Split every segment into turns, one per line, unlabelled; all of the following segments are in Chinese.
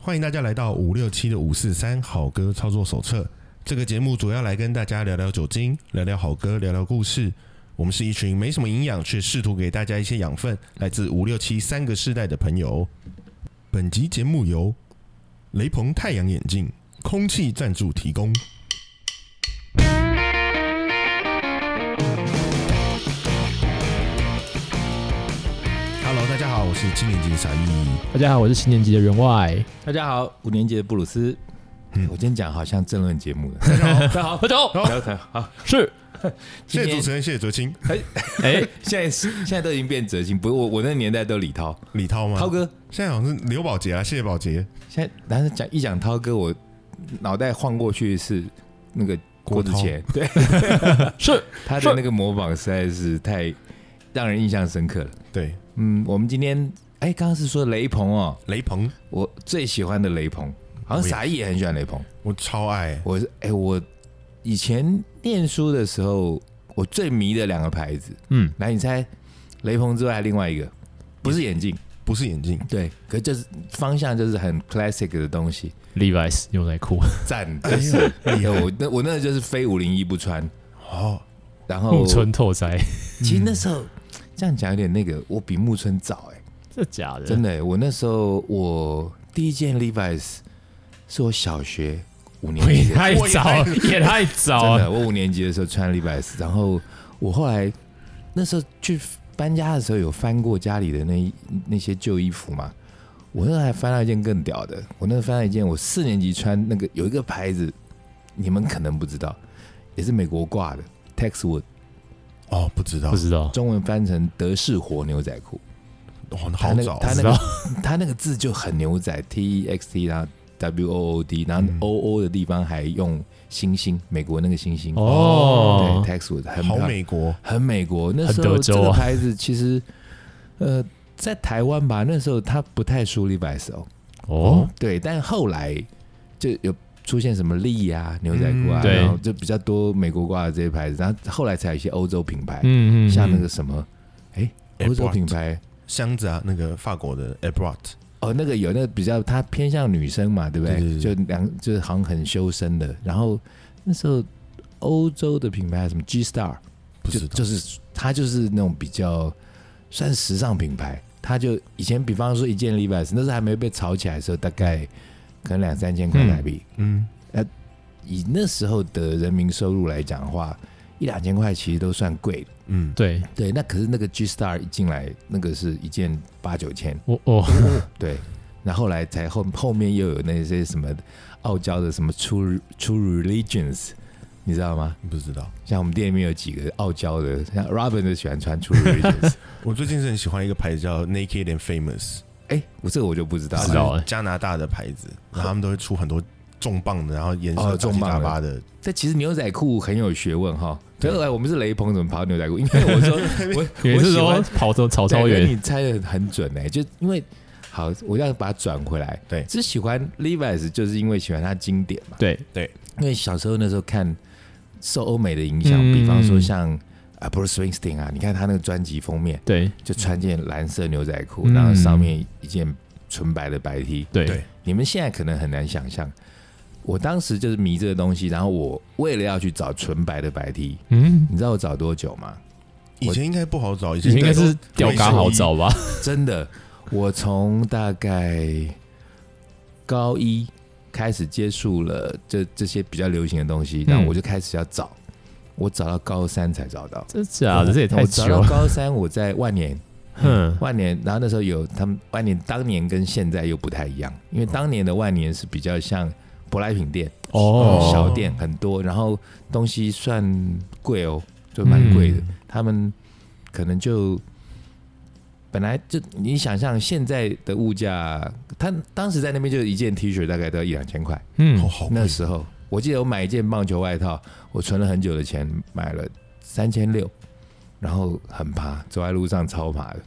欢迎大家来到五六七的五四三好歌操作手册。这个节目主要来跟大家聊聊酒精，聊聊好歌，聊聊故事。我们是一群没什么营养，却试图给大家一些养分，来自五六七三个世代的朋友。本集节目由雷朋太阳眼镜空气赞助提供。Hello，大家好，我是七年级的傻义。
大家好，我是七年级的员外。
大家好，五年级的布鲁斯。
嗯哦
我今天讲好像政论节目的。
大家好，大家好，
不要谈好，
是
谢
今
谢
天
主持人，谢谢哲青，
哎、
现在是现在都已经变哲青，不，我我那年代都李涛，
李涛吗？
涛，哥。
现在好像是刘宝杰啊，谢谢宝杰，
现在但是讲一讲涛哥，我脑袋晃过去是那个郭子乾，对
是
他的那个模仿实在是太让人印象深刻了。
对，
嗯，我们今天哎，刚刚是说雷鹏哦，
雷鹏，
我最喜欢的雷鹏，好像傻义也很喜欢雷鹏。
我超爱，
我是哎、我以前念书的时候，我最迷的两个牌子，
嗯，
来你猜，雷朋之外还另外一个，不是眼镜，
不是眼镜，
对，可就是方向就是很 classic 的东西，
Levi's 牛仔裤，
赞，
哎呦，厉
有
害
我那我那就是非五零一不穿，
哦，
然
木
后
村拓哉，
其实那时候、这样讲有点那个，我比木村早哎、
这假的？
真
的？
的、哎，我那时候我第一件 Levi's 是我小学五年
也
级的
太早了，也太早
真
了。
的，我五年级的时候穿 Levi's，然后我后来那时候去搬家的时候有翻过家里的那一那些旧衣服嘛，我那时候还翻到一件更屌的，我那时候翻到一件我四年级穿那个有一个牌子，你们可能不知道，也是美国挂的 Texwood，
哦，不知道
不，知道，
中文翻成德式活牛仔裤，
哇，
他
好
那
早，啊
他
知
那
道
个他那个字就很牛仔，T E X T 然后 W O O D，然后
嗯
O O 的地方还用星星，美国那个星星
哦
对，Texwood
好
很漂亮
美国，
很美国。那
很
时
德
候
州
这
啊
个牌子其实，呃，在台湾吧，那时候它不太梳理白手，
哦，
对，但后来就有出现什么利啊、牛仔裤啊
嗯，
对
然后就比较多美国挂的这些牌子，然后后来才有一些欧洲品牌，
嗯嗯，
像那个什么，哎、
哎
欧洲
Brat
品牌。
箱子啊，那个法国的 Abroad，
哦，那个有那个比较，它偏向女生嘛，对不对？
对对对
就两就是好像很修身的。然后那时候欧洲的品牌什么 G Star，
不
就
知道，
就是它就是那种比较算时尚品牌，它就以前比方说一件 Levi's，那时候还没被炒起来的时候，大概可能两三千块台币，
嗯，
以那时候的人民收入来讲的话，一两千块其实都算贵的。
嗯，
对
对，那可是那个 G Star 一进来，那个是一件八九千，
我哦，
对。然后后来才后后面又有那些什么傲娇的什么 True True Religions，你知道吗？
嗯不知道，
像我们店里面有几个傲娇的，像 Robin 就喜欢穿 True Religions，
我最近是很喜欢一个牌子叫 Naked and Famous，
哎、我这个我就不知道
知道
就是
哎
加拿大的牌子，然后他们都会出很多重磅的，然后颜色
哦
杂七
重磅
杂八
的
的，
这其实牛仔裤很有学问哈。
对
对，哎我们是雷鹏，怎么跑牛仔裤？因为我 说我
也
我
是
喜
说
欢
跑走草超
对
远，
你猜的很准哎、就因为好，我要把它转回来。
对
只喜欢 Levi's 就是因为喜欢它经典嘛。
对，
因为小时候那时候看受欧美的影响，
嗯
比方说像啊 Bruce Springsteen 啊，你看他那个专辑封面
对
就穿件蓝色牛仔裤，
嗯
然后上面一件纯白的白 T，
对
对
你们现在可能很难想象，我当时就是迷这个东西，然后我为了要去找纯白的白 T，
嗯，
你知道我找多久吗？
以前应该不好找，以前
应该
都
是吊嘎好找吧？
真的，我从大概高一开始接触了这这些比较流行的东西，然后
嗯
我就开始要找，我找到高三才找到。
这假的，啊这也太
我
久
找到
了。
高三，我在万年，
哼，
万年，然后那时候有他们万年，当年跟现在又不太一样，因为当年的万年是比较像舶来品店，
哦，
小店很多，然后东西算贵哦，就蛮贵的。
嗯
他们可能就本来就你想象现在的物价，他当时在那边就一件 T 恤大概都要一两千块。
嗯
哦，好贵
那时候我记得我买一件棒球外套，我存了很久的钱买了三千六，然后很爬，走在路上超爬的。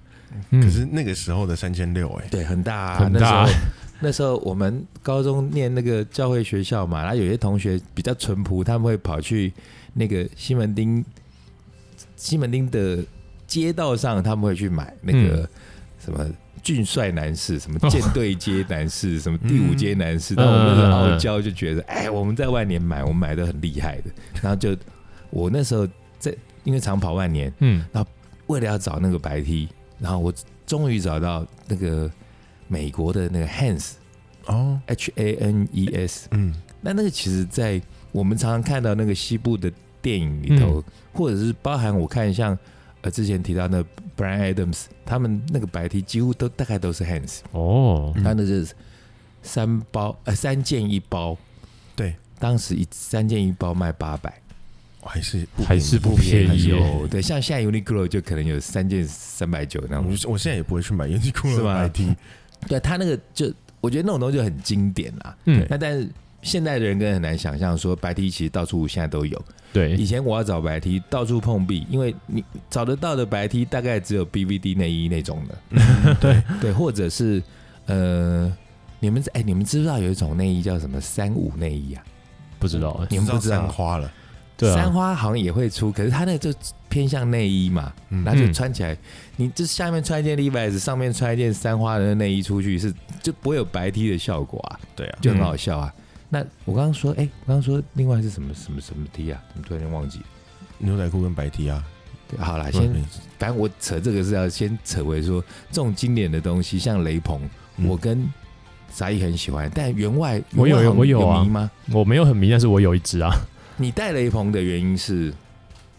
嗯
可是那个时候的三千六，哎，
对，很大、啊，
很大
那时候。那时候我们高中念那个教会学校嘛，然后有些同学比较淳朴，他们会跑去那个西门町，
嗯
西门町的街道上，他们会去买那个什么俊帅男士，什么舰队街男士，什么第五街男士，
哦嗯
那我们
嗯
很
嗯
傲
嗯
娇，就觉得哎，我们在万年买，我们买的很厉害的。然后就我那时候在，因为常跑万年，
嗯，
为了要找那个白 T，然后我终于找到那个美国的那个 Hans
哦，
H A N E S。
嗯，
那那个其实，在我们常常看到那个西部的电影里
嗯
头，或者是包含我看像呃之前提到的 Brian Adams，他们那个白 T 几乎都大概都是 Hans，
哦，
嗯
他那是三包呃三件一包，
对，
当时一三件一包卖八百。
还是不
还是不便宜耶。
哦，对，像现在 Uniqlo 就可能有三件三百九那种，
我我现在也不会去买 Uniqlo
是
的
吧
白 T，
对他那个就，我觉得那种东西就很经典啦。
嗯，
那但是现代的人跟很难想象说白 T 其实到处现在都有。以
对，
前我要找白 T 到处碰壁，因为你找得到的白 T 大概只有 BVD 内衣那种的，
嗯
对
对，或者是呃，你们哎、你们知不知道有一种内衣叫什么三五内衣啊？
不知道哎，
你们不知
三
道？
花了，
对
三
啊，
花好像也会出，可是它那个就偏向内衣嘛，
嗯
然后就
嗯
穿起来，你这下面穿一件 Levi's，上面穿一件三花的内衣出去是就不会有白 T 的效果啊，
对啊，
就
嗯
很好笑啊。那我刚刚说，哎、我刚刚说另外是什么什么什么 T 啊？怎么突然间忘记了？
牛仔裤跟白 T 啊，
对好啦，先
嗯
对
反正我扯这个是要先扯回说，这种经典的东西，像雷朋，
嗯
我跟沙溢很喜欢，但员外
我有
员外
我有
有
啊
迷吗？
我没有很迷，但是我有一只啊，
你带雷朋的原因是，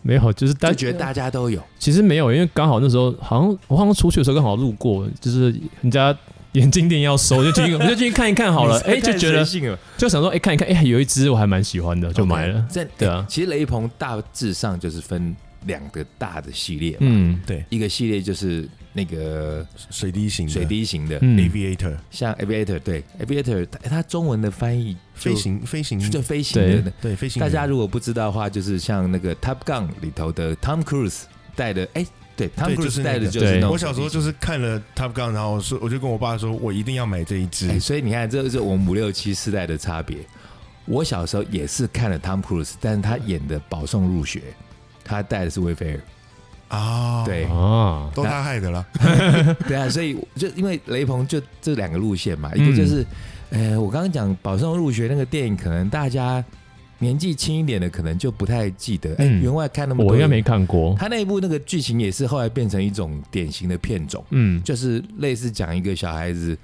没有，就是
就
大
觉得大家都有，
其实没有，因为刚好那时候好像我好像出去的时候刚好路过，就是人家眼镜店要收，我就 进去我就进去看一看好了，哎、
你
就
太
觉得
随性了
就想说，哎、看一看，哎、有一只我还蛮喜欢的，就买了
OK，这
对啊
其实雷朋大致上就是分两个大的系列嘛，
嗯
一个系列就是那个
水滴型的
水滴型的，
嗯，
Aviator
像 Aviator，对 Aviator，它它中文的翻译就
飞行飞行
就飞行的
对
那
嗯对飞行
大
员，
家如果不知道的话，就是像那个《Top Gun》里头的 Tom Cruise 带的，哎、对，Tom
对就
Cruise
是
带
那
的
个
就是那种
对
我小时候就是看了 Top Gun，然后我说我就跟我爸说，我一定要买这一只
哎、。所以你看，这是我们五六七世代的差别。我小时候也是看了 Tom Cruise，但是他演的保送入学，他带的是威菲尔，
啊，
对
啊，
都他害的啦。
对啊，所以就因为雷鹏就这两个路线嘛，一个就是，
嗯
呃，我刚刚讲保送入学那个电影，可能大家年纪轻一点的可能就不太记得，哎、
嗯
员外看那么多，
我应该没看过，
他那一部那个剧情也是后来变成一种典型的片种。
嗯，
就是类似讲一个小孩子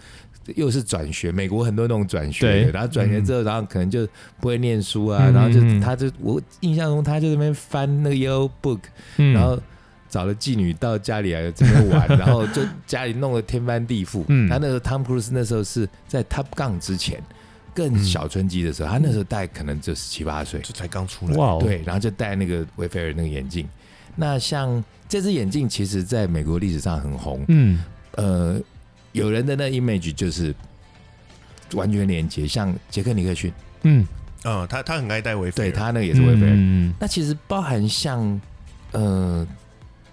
又是转学，美国很多那种转学的，
对
然后转学之后，然后可能就不会念书啊，
嗯
然后就
嗯嗯
他就我印象中他就在那边翻那个 yellow book，、
嗯
然后找了妓女到家里来这边 玩，然后就家里弄得天翻地覆。
嗯
他那时候 Tom Cruise 那时候是在 Top Gun 之前更小春季的时候，他那时候大概可能只有十七八岁，
这才刚出来，
哇嗯哦，
对，然后就戴那个维菲尔那个眼镜。那像这只眼镜，其实在美国历史上很红，
嗯，
呃，有人的那 image 就是完全连接，像杰克尼克逊，
嗯
嗯，他他很爱戴维啊菲
对
尔，
他那个也
也
是威菲尔。
嗯
那其实包含像呃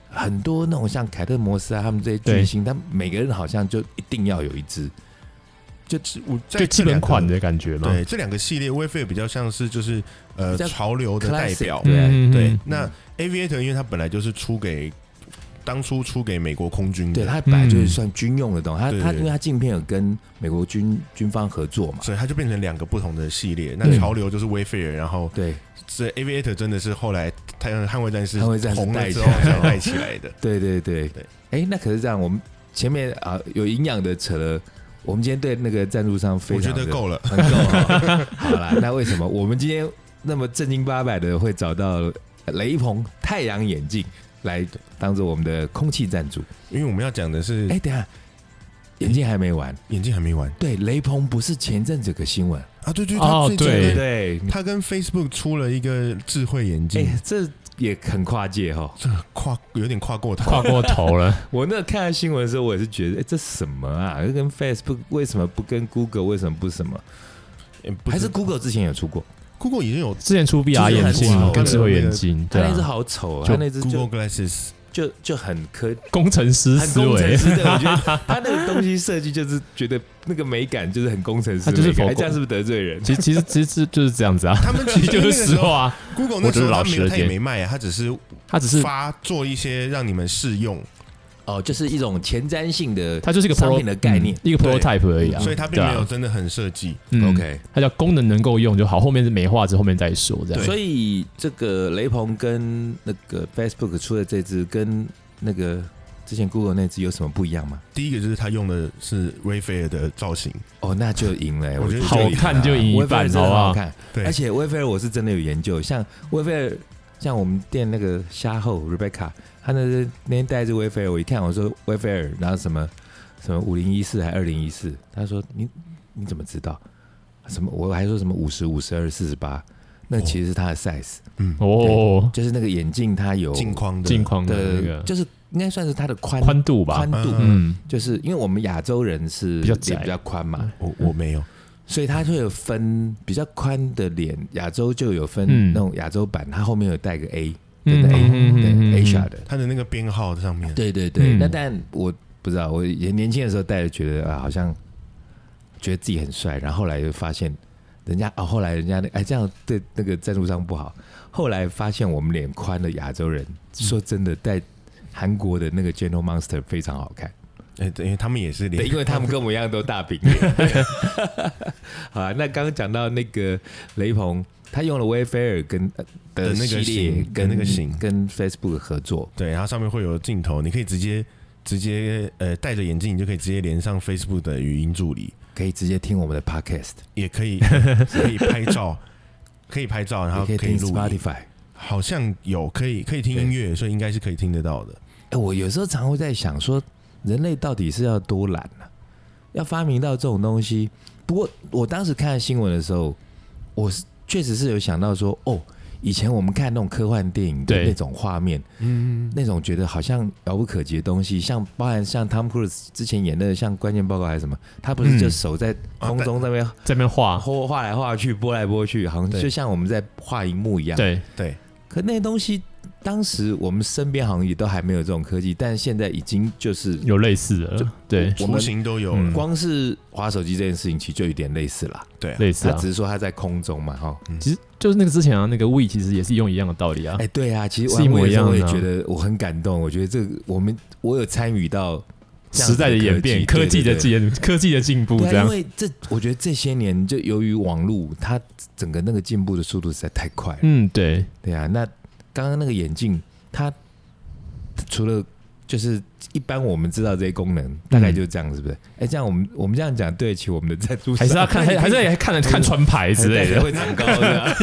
很多那种像凯特摩斯啊，他们这些巨星，他们每个人好像就一定要有一只，
嗯就是我在
就基本款
这
的感觉嘛，
两个。对，这两个系列威菲尔比较像是就是呃
比较
潮流的代表
classic，。对
嗯
对
嗯，
那 Aviator 因为它本来就是出给当初出给美国空军
对
的，
他本来就是
嗯
算军用的东西，
对
他他
对
因为他镜片有跟美国军军方合作嘛，
所以它就变成两个不同的系列。那
对
潮流就是威菲尔，然后
对
这 Aviator 真的是后来太捍卫战士
捍卫战士
红了
带起
之
来
后才带起来的。
对对对
对
哎，那可是这样，我们前面啊、有营养的扯了，我们今天对那个赞助商非
我
常
觉
的
得够了，
很够哈。好啦，那为什么我们今天那么正经八百的会找到雷鹏太阳眼镜来当做我们的空气赞助？
因为我们要讲的是
哎、等一下，眼镜还没完。
眼镜还没完
对，雷鹏不是前阵子有个新闻，
啊，对对，他
哦
最近
对
跟
对，
他跟 Facebook 出了一个智慧眼
哎、
镜，
这也很跨界哈。
这跨有点跨过头。
跨过头 了，
我那看到新闻的时候，我也是觉得，哎、这什么啊？这跟 Facebook 为什么不跟 Google？为什么不什么？
哎不
还是 Google 之前有出过？
Google 已经有
之前出 VR 眼
就是很
镜
丑
跟智慧眼镜，
他
对
那只
啊，
好丑、啊，
就
他那只就
Google Glasses，
就就很科
工程师
很
思
工程
维，
师的，我觉 得他那个东西设计就是觉得那个美感就是很工程师的
他就是
美感，
否
哎这样是不是得罪人？
其实其实其实就是这样子啊，
他 们其
其实
实
就是实话啊，
Google
我
那
就
时
是
候
老
他没
实的
有他也
店
没卖啊，他只是
他只是
发做一些让你们试用，
哦，就是一种前瞻性的
它就是一个
商
pro
品的概念
嗯。一个
对
prototype 而已啊，
所以它并没有真的很设计。
对啊、嗯
OK
它叫功能能够用就好，后面是美化之后面再说这样。
所以这个雷朋跟那个 Facebook 出的这只跟那个之前 Google 那只有什么不一样吗？
第一个就是它用的是瑞菲尔的造型，
哦，那就赢了欸、
我觉得
就赢
好
了
看
就赢一
Wayfair
半
真的
好
很
不好
好看，
对，
而且威菲尔我是真的有研究，像威菲尔，像我们店那个虾后 Rebecca，她那是那天带着威菲尔，我一看我说威菲尔，然后什么什么五零一四还二零一四，她说你你怎么知道？什么我还说什么五十五十二四十八，那其实是她的 size，、
嗯，
哦，
就是那个眼镜它有
镜框的
镜框的那
的，
个
就是应该算是它的宽
宽度吧
宽，度，
嗯
嗯，
就是因为我们亚洲人是
比较窄嗯
脸比较宽嘛，
我我没有，
所以它会有分比较宽的脸，亚洲就有分
嗯
那种亚洲版，它后面有带个 A，对
嗯
不
嗯
对
嗯嗯嗯
对
嗯
Asia 的，
它的那个编号上面，
对对对。
嗯
那但我不知道，我也年轻的时候戴着觉得啊，好像觉得自己很帅，然后后来又发现人家哦，后来人家那哎这样对那个赞助商不好，后来发现我们脸宽的亚洲人，说真的戴。韩国的那个 Gentle Monster 非常好看，
哎、对因为他们也是
对，
连
因为他们跟我们一样都大饼 脸。好啊，那刚刚讲到那个雷鹏，他用了威菲尔跟呃
的
的
那个
系列
型
跟
的那个型
跟 Facebook 合作，
对，然后上面会有镜头，你可以直接直接呃戴着眼镜，你就可以直接连上 Facebook 的语音助理，
可以直接听我们的 Podcast，
也可 以可以拍照，哦可以拍照，然后
也可以
以
听
录音，
Spotify。
好像有可以可以听音乐，所以应该是可以听得到的。
哎，我有时候常会在想说，人类到底是要多懒呢、要发明到这种东西。不过我当时看新闻的时候，我是确实是有想到说，哦，以前我们看那种科幻电影的
对
那种画面，
嗯，
那种觉得好像遥不可及的东西，像包含像 Tom Cruise 之前演的像《关键报告》还是什么，他
嗯
不是就手在
啊
空中那边
这边画，
画画来画去、拨来拨去，好像
对
就像我们在画荧幕一样。，
对，
对，
可那些东西当时我们身边好像也都还没有这种科技，但现在已经就是
有类似的，对，
我们
雏形都有了，
嗯
光是滑手机这件事情，其实就有点类似啦。
对啊、
类似
他
啊
只。是说他在空中嘛，哈。
其实就是那个之前啊，那个 We 其实也是用一样的道理啊
哎、。对啊，其实
是一模一样的啊
我也觉得我很感动，我觉得这个我们我有参与到这样
时
子
代的演变，科技的
对对对
进，科技的进步，这
对啊，因
样
为这我觉得这些年就由于网络，它整个那个进步的速度实在太快了。
嗯，对，
对啊，那刚刚那个眼镜，它除了就是一般我们知道这些功能，大概就是这样，是不是？哎、这样我们我们这样讲对得起我们的赞助商，
还 是要看，还还是要看看穿牌之类
还
的，
是戴着会长高的。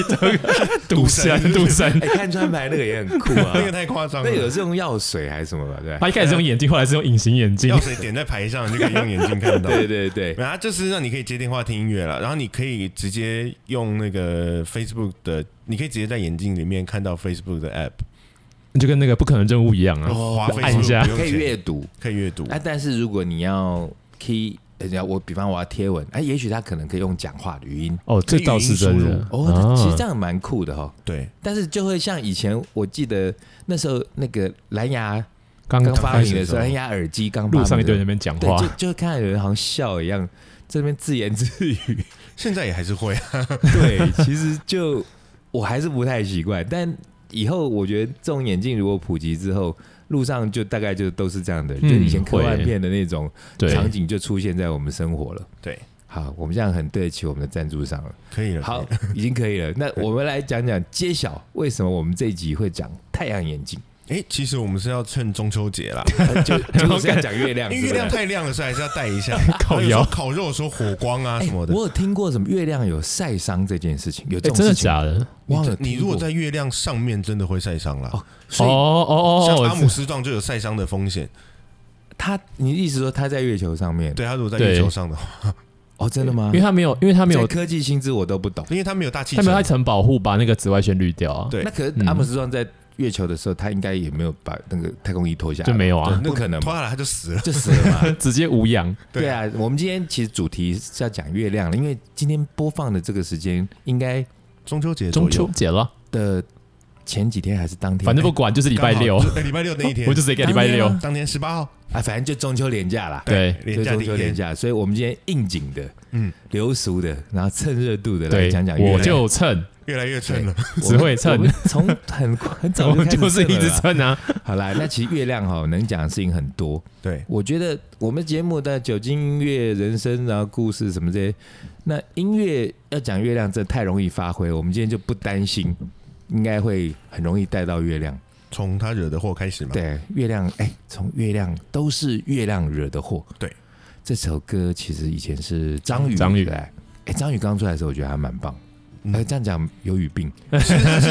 赌神，赌神
哎、。看穿牌那个也很酷啊
那，个太夸张
那个
了。
是用药水还是什么吧？对吧
他一开始是用眼镜，后来是用隐形眼镜
药。水点在牌上，你就可以用眼睛看到。
对对对，
然后就是让你可以接电话听音乐了，然后你可以直接用那个 Facebook 的，你可以直接在眼镜里面看到 Facebook 的 app，
就跟那个不可能任务一样啊。
滑
按一
Facebook
下
不用
可以
钱
阅读。
可以阅读
那、，但是如果你要 key，人家我比方我要贴文，哎、也许他可能可以用讲话的语音。
哦，这倒是真的。啊
哦，那其实这样蛮酷的哈、哦。
对，
但是就会像以前，我记得那时候那个蓝牙
刚
刚发明
开始
的
的
时
时候
候，蓝牙耳机刚发
路
明
上一
的
堆人在啊
时候
那边讲
对，
话
就，就会看到有人好像笑一样，这边自言自语。
现在也还是会啊，
对，其实就我还是不太习惯，但以后我觉得这种眼镜如果普及之后，路上就大概就都是这样的，就以前科
嗯
幻
会
片的那种
对，哎
场景就出现在我们生活了。
对，
好，我们这样很对得起我们的赞助商了。
可以了。
好，已经可以了。那我们来讲讲揭晓为什么我们这一集会讲太阳眼镜，
哎、其实我们是要趁中秋节啦，
呃 就就是要讲月亮，
因
是
为月
不是
亮太亮了，所以还是要带一下
烤
然后有时候
窑
烤肉的时候火光啊
哎
什么的。
我有听过什么月亮有晒伤这件事情，有
哎
这种
真的
事情？
假的？
你
忘了
你
听
如果
过
在月亮上面，真的会晒伤啦。
哦所
哦
以
哦
像
哦，
阿姆斯壮就有晒伤的风险。
他，你意思说他在月球上面？
对他如果在月球
对
上的话，
哦，真的吗
因为？他没有，因为他没
这
有，
科技薪资我都不懂。
因为他没有大气
他
层
没有那，层保护，把那个紫外线滤掉啊。
对
那可是
嗯
阿姆斯壮在月球的时候，他应该也没有把那个太空衣脱下来，
就没有啊
对不可能
脱
嘛，
下来他就死了。
就死了嘛。
直接无氧，
对啊，我们今天其实主题是要讲月亮了，因为今天播放的这个时间应该
中秋节左
中
右
秋节了，
的前几天还是当天，
反正不管，就是礼拜六，
刚好就哎礼拜六那一天，
我就直接给礼拜六
当天。
当天十八号，
啊，反正就中秋连假啦，
对
连假
就
第
中秋
一
连
天，
假，所以我们今天应景的、
嗯，
流俗的，然后趁热度的来
对
讲讲，月
我
亮
就蹭，
越来越趁了。
我
只会蹭
我们从很很早
我们
就开
就
始
是
蹭了
一直
啦
蹭啊。
好啦，那其实月亮哈能讲的事情很多，
对，
我觉得我们节目的酒精音乐、人生然后故事什么这些，那音乐要讲月亮，这太容易发挥，我们今天就不担心，应该会很容易带到月亮。
从他惹的祸开始 嘛。
对，月亮，哎，从月亮都是月亮惹的祸。
对，
这首歌其实以前是张宇，
张宇
对哎，张宇刚出来的时候，我觉得还蛮棒。
嗯
哎，这样讲有语病，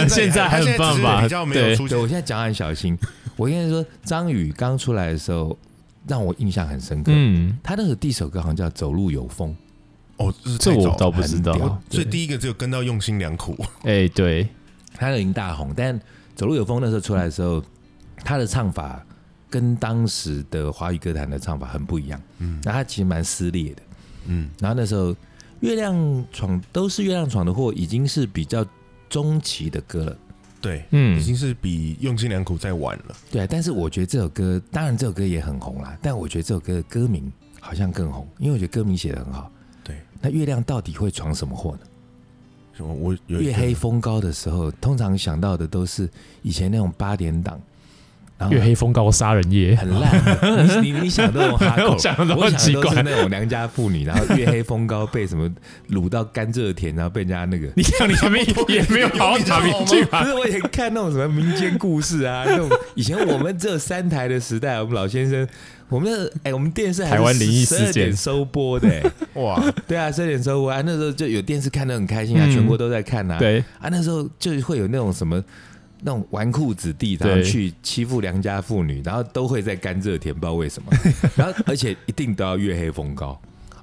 现在
他
还很
现在只
棒
是
吧
比较没有
对
出
对
现
我现在讲话很小 心。我跟你说，张宇刚出来的时候，让我印象很深刻。
嗯，
他那个第一首歌好像叫《走路有风》，
哦，是
这
太
我
早
倒
了
不知道
很屌。
所以第一个只有跟到用心良苦，
哎，对，
他的林大红，但《走路有风》那时候出来的时候，他的唱法跟当时的华语歌坛的唱法很不一样。
嗯
那他其实蛮撕裂的。
嗯，
然后那时候《月亮闯》都是《月亮闯的祸》，已经是比较中期的歌了。
对，
嗯
已，经是比用心良苦再晚了。
对啊，但是我觉得这首歌，当然这首歌也很红啦，但我觉得这首歌的歌名好像更红，因为我觉得歌名写的很好。
对，
那月亮到底会闯什么祸呢？
什么？我有一
月
个
黑风高的时候，通常想到的都是以前那种八点档，然后
月黑风高杀人夜，
很烂 的。你你你想那种哈口，
我想的都
我
很奇
想的都
怪
是那种良家妇女，然后月黑风高被什么卤到甘蔗田，然后被人家那个。
你看你前面也没有好好打名句
不
吧？
是，我以前看那种什么民间故事啊，那种以前我们只有三台的时代，我们老先生，我们那哎、我们电视还是
台湾灵异事件
12点收播的、哎
哇，
对啊，十二点收播啊，那时候就有电视看得很开心啊，
嗯
全国都在看啊，
对，
啊，那时候就会有那种什么。那种纨绔子弟，然后
对
去欺负良家妇女，然后都会在甘蔗田，不知道为 什么。然后，而且一定都要月黑风高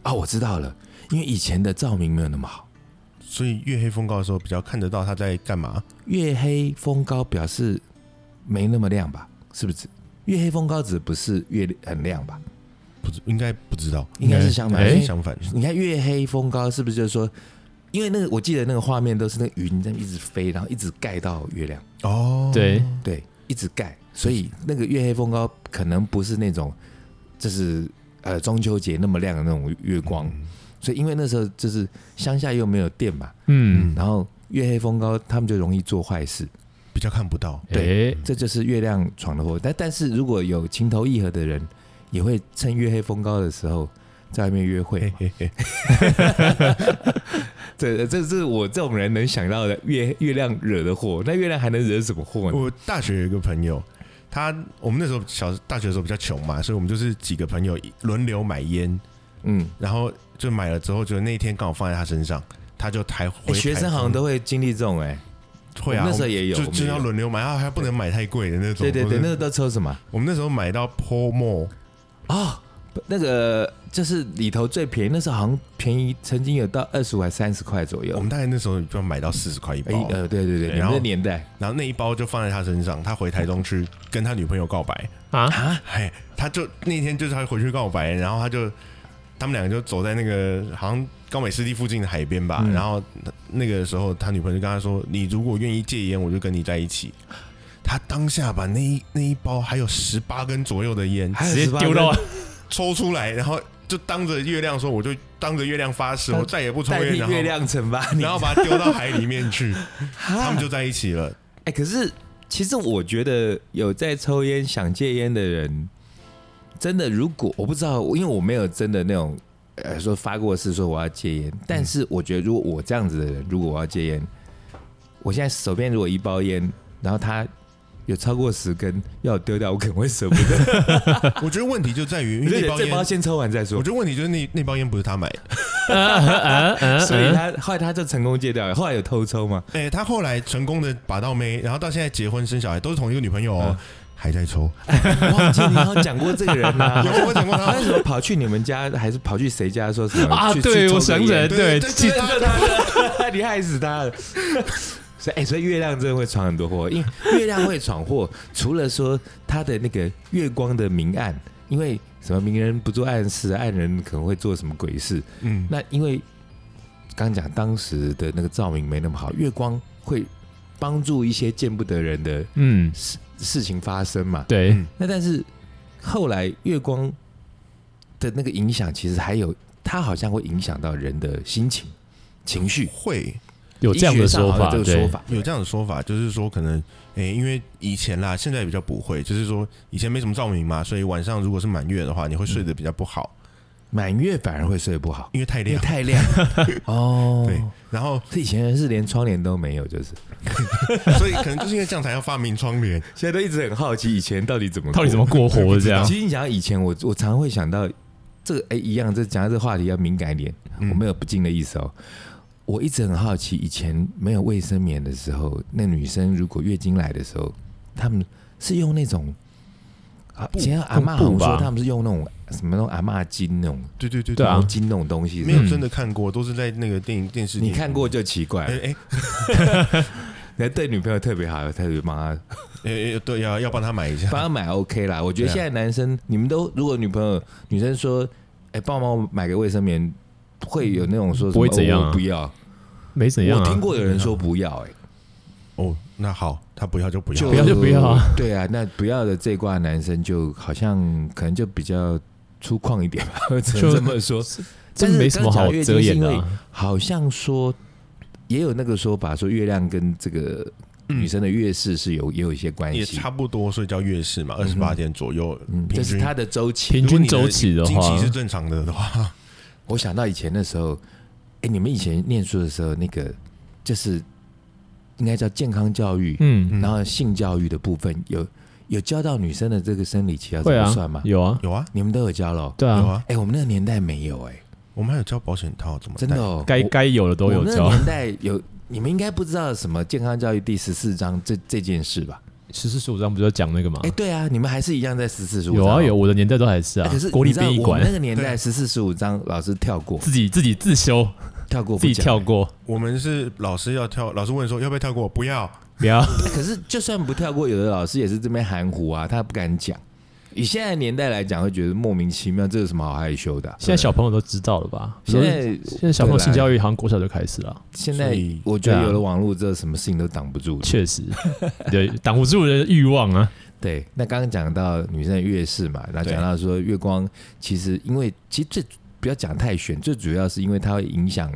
啊！我知道了，因为以前的照明没有那么好，
所以月黑风高的时候比较看得到他在干嘛。
月黑风高表示没那么亮吧？是不是？月黑风高指不是月很亮吧？
不知应该不知道，
应该是相反。
哎
还
因
是
为
相反。
你看月黑风高是不是就是说，因为那个我记得那个画面都是那个云在一直飞，然后一直盖到月亮，
哦，
对，
对，一直盖，所以那个月黑风高可能不是那种，就是呃中秋节那么亮的那种月光，
嗯
所以因为那时候就是乡下又没有电嘛，
嗯，
然后月黑风高他们就容易做坏事，
比较看不到。
对，
这就是月亮闯的祸。但但是如果有情投意合的人，也会趁月黑风高的时候在外面约会
嘿
嘛。
嘿嘿，
这这是我这种人能想到的月月亮惹的祸。那月亮还能惹什么祸呢？
我大学有一个朋友，他我们那时候小大学的时候比较穷嘛，所以我们就是几个朋友轮流买烟，
嗯，
然后就买了之后，就那一天刚好放在他身上，他就抬回
诶
台中、
哎学生好像都会经历这种哎、
会啊，
我们那时候也有
就
我们
就
也有
要轮流买，然后还不能买太贵的那种。
对对
或
对，
者
那个都抽什么
我们那时候买到 Paul Mall，
啊、那个就是里头最便宜，那时候好像便宜，曾经有到二十五还三十块左
我
右
们。大概那时候就买到四十块一
哎
包，
呃，对对对，
哦然
你们
后
的年代
然后那一包就放在他身上，他回台中去跟他女朋友告白，
啊，
啊，
哎，他就那天就是他回去告白，然后他就他们两个就走在那个好像高美湿地附近的海边吧，
嗯
然后那个时候他女朋友就跟他说：“你如果愿意戒烟，我就跟你在一起。” 他当下把那一那一包还有十八根左右的烟
还有
直接
18
丢到
根
抽出来，然后就当着月亮说：“我就当着月亮发誓，
当
我再也不抽
代
烟。”
替
然
月
后
亮啊惩罚你，
然后把它丢到海里面 去，他
他
们就在一起了。
哎、可是其实我觉得有在抽烟、想戒烟的人，真的如果我不知道，因为我没有真的那种呃说发过誓说我要戒烟，
嗯
但是我觉得如果我这样子的人，如果我要戒烟，我现在手边如果一包烟，然后它有超过十根要我丢掉，我可能会舍不 得，
我觉得问题就在于，
我
因
就
为
觉
那
得
包
这包
烟，
先抽完再
我
说。
觉得问题就是那那包烟不是他买的。
啊
所
嗯
以他后来他就成功戒掉了，后来有偷抽吗？
哎、他后来成功的把到妹，然后到现在结婚生小孩，都是同一个女朋友
嗯
哦，还在抽。
忘记你好像讲过这个人 呐、
有我讲过
他
他
为，什么跑去你们家，还是跑去谁家说什么
啊
去
对
去抽
我
个
想起
烟
来
对
对
对对，
就是他，你害死他了。所以，哎、所以月亮真的会闯很多祸，因为月亮会闯祸，除了说它的那个月光的明暗，因为什么明人不做暗事，啊暗人可能会做什么鬼事。
嗯，
那因为刚刚讲当时的那个照明没那么好，月光会帮助一些见不得人的
嗯，
事事情发生嘛。
对，
那但是后来月光的那个影响，其实还有它好像会影响到人的心情、情绪。
会
有这样的说法，
医学上好像有这个
对
说，法
有这样的说法，就是说可能诶、因为以前啦，现在比较不会，就是说以前没什么照明嘛，所以晚上如果是满月的话，你会睡得比较不好，
满月反而会睡 不好，
因为太
嗯因为
亮。
太亮哦。
对，然后
这以前人是连窗帘都没有，就是
所以可能就是因为这样才要发明窗帘，
现在都一直很好奇以前到底怎么
到底怎么过活的这样？
其实你想以前我我常会想到这个，哎、一样，这讲到这个话题要敏感一点，
嗯
我没有不敬的意思哦。我一直很好奇，以前没有卫生棉的时候，那女生如果月经来的时候，他们是用那种啊，以前阿妈
用布吧
说他们是用那种什么那种阿嬷巾那种
对对对
对啊
毛巾那种东西，
没有真的看过，都是在那个电影电视。
嗯你看？过就奇怪
哎
了，
哎
那对女朋友特别好，特别帮她
哎，哎对，要要帮他买一下。
帮他买 OK 啦。我觉
对
得
啊
现在男生，你们都如果女朋友女生说，哎、帮我买个卫生棉，会有那种说什
不
么
会怎样啊
哦我不要。
没怎样
我
啊
听，过有人说不要、哎，
哦，那好，他不要就不要。
不要就不要啊。
对啊，那不要的这一挂男生就好像可能就比较粗犷一点吧，只能
就
这么说。
真没什么好遮掩的
但是刚刚讲月经是因为
啊。
好像说也有那个说法，说月亮跟这个女生的月事是有也有一些关
嗯也
系
差。不多，所以叫月事嘛，二十八天左右，
嗯，
平
这是
均。
它的周期。
平均周期的
经
话
期，是正常的的话，
我想到以前的时候，哎、你们以前念书的时候，那个就是应该叫健康教育，
嗯，
然后性教育的部分有有教到女生的这个生理期要怎
会
么
啊
算吗？，
有啊，
有啊
你们都有教喽。
对
有
啊，
啊
哎、，我们那个年代没有哎、
我们还有教保险套，怎么戴
真的哦，
该
我
该有的都
我
有
们那
教
个。年代有，你们应该不知道什么健康教育第十四章这这件事吧？
十四十五章不就讲那个吗
哎、？对啊，你们还是一样在十四十五
有啊有，我的年代都还是啊
哎可是，
国立
你知道
殡仪
我们
馆
那个年代十四十五章老师跳过，
自己自己自修，
跳过不
自己
讲
跳过，
我们是老师要跳，老师问说要不要跳过，不要。
不要
可是就算不跳过，有的老师也是这边含糊啊，他不敢讲。以现在的年代来讲，会觉得莫名其妙，这有什么好害羞的啊、
现在小朋友都知道了吧？
现在
现在小朋友性
育，
教育好像国小就开始了啊，
现
所
在
以
我觉得
对啊
有了网络之后，什么事情都挡不住。
确实， 对，挡不住人的欲望啊。
对，那刚刚讲到女生的月事嘛，然后
对
讲到说月光，其实因为其实最不要讲太玄，最主要是因为它会影响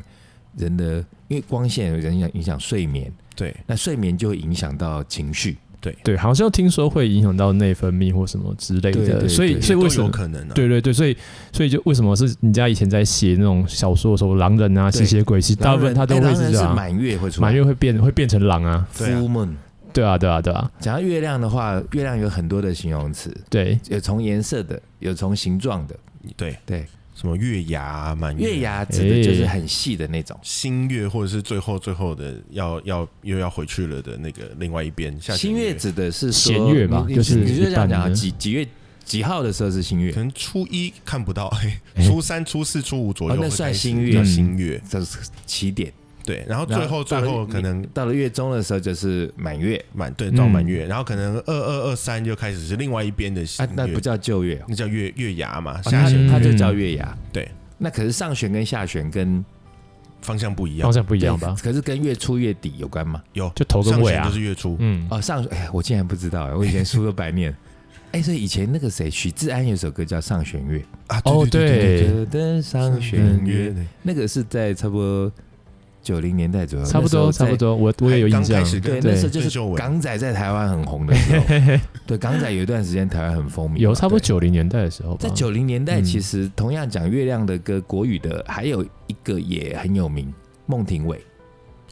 人的，因为光线有人影响影响睡眠，
对，
那睡眠就会影响到情绪。
对，好像听说会影响到内分泌或什么之类
对对
的，所以
对
所以
都
为什
有
么？
可能啊。
对对对，所以所以就为什么是你家以前在写那种小说的时候，狼人啊、
对
吸血鬼，其实大部分他都
哎
会
当然
这
是
样啊，
满月会出来，
满月会变会变成狼啊，
对啊
full moon。
对啊对啊对啊，
讲到月亮的话，月亮有很多的形容词，
对，
有从颜色的，有从形状的。
对
对，
什么月牙啊、满
嗯
月
月、
牙指的就是很细的那种。
新月，或者是最后最后的要要又要回去了的那个另外一边，下弦
新月指的是说
哎弦月吧
你
就是
你你就这样讲啊，
一般的
几几月几号的时候是新月
可？能初一看不 到，嘿
哎
初三、初四、初五左右
哦
会
那
开始、
算新月
叫新月。
这是起点。
对，然后
然
最后
到
最
了
后可能
到了月中的时候就是满月
满对到满
嗯
月，然后可能二二二三就开始是另外一边的新
啊
月，，
那不叫旧月哦，
那叫月月牙嘛，
哦
下
它
弦
嗯
它就叫月牙。
对，
那可是上弦跟下弦跟
方向不一样
方，向不一样吧？嗯
可是跟月初月底有关吗？
有
就头跟
上
尾
弦
啊
就是，月初，
嗯，
哦，上哎呀，我竟然不知道哎，我以前书都白 念。哎，所以以前那个谁，许志安有首歌叫《上弦月
啊，
哦
对》，
对
觉得上弦月，那个是在差不多九零年代左右，
差不多
那时
差
候在
不。多，我我也有印
刚
象
开，始
对，
跟
那时候
对
就是
郑秀文
港仔在台湾很红的时候。对，港仔有一段时间台湾很风靡嘛，
有差不多
对
九零年代的时候吧
在，九零年代，
嗯
其实同样讲月亮的歌，国语的还有一个也很有名，孟庭苇。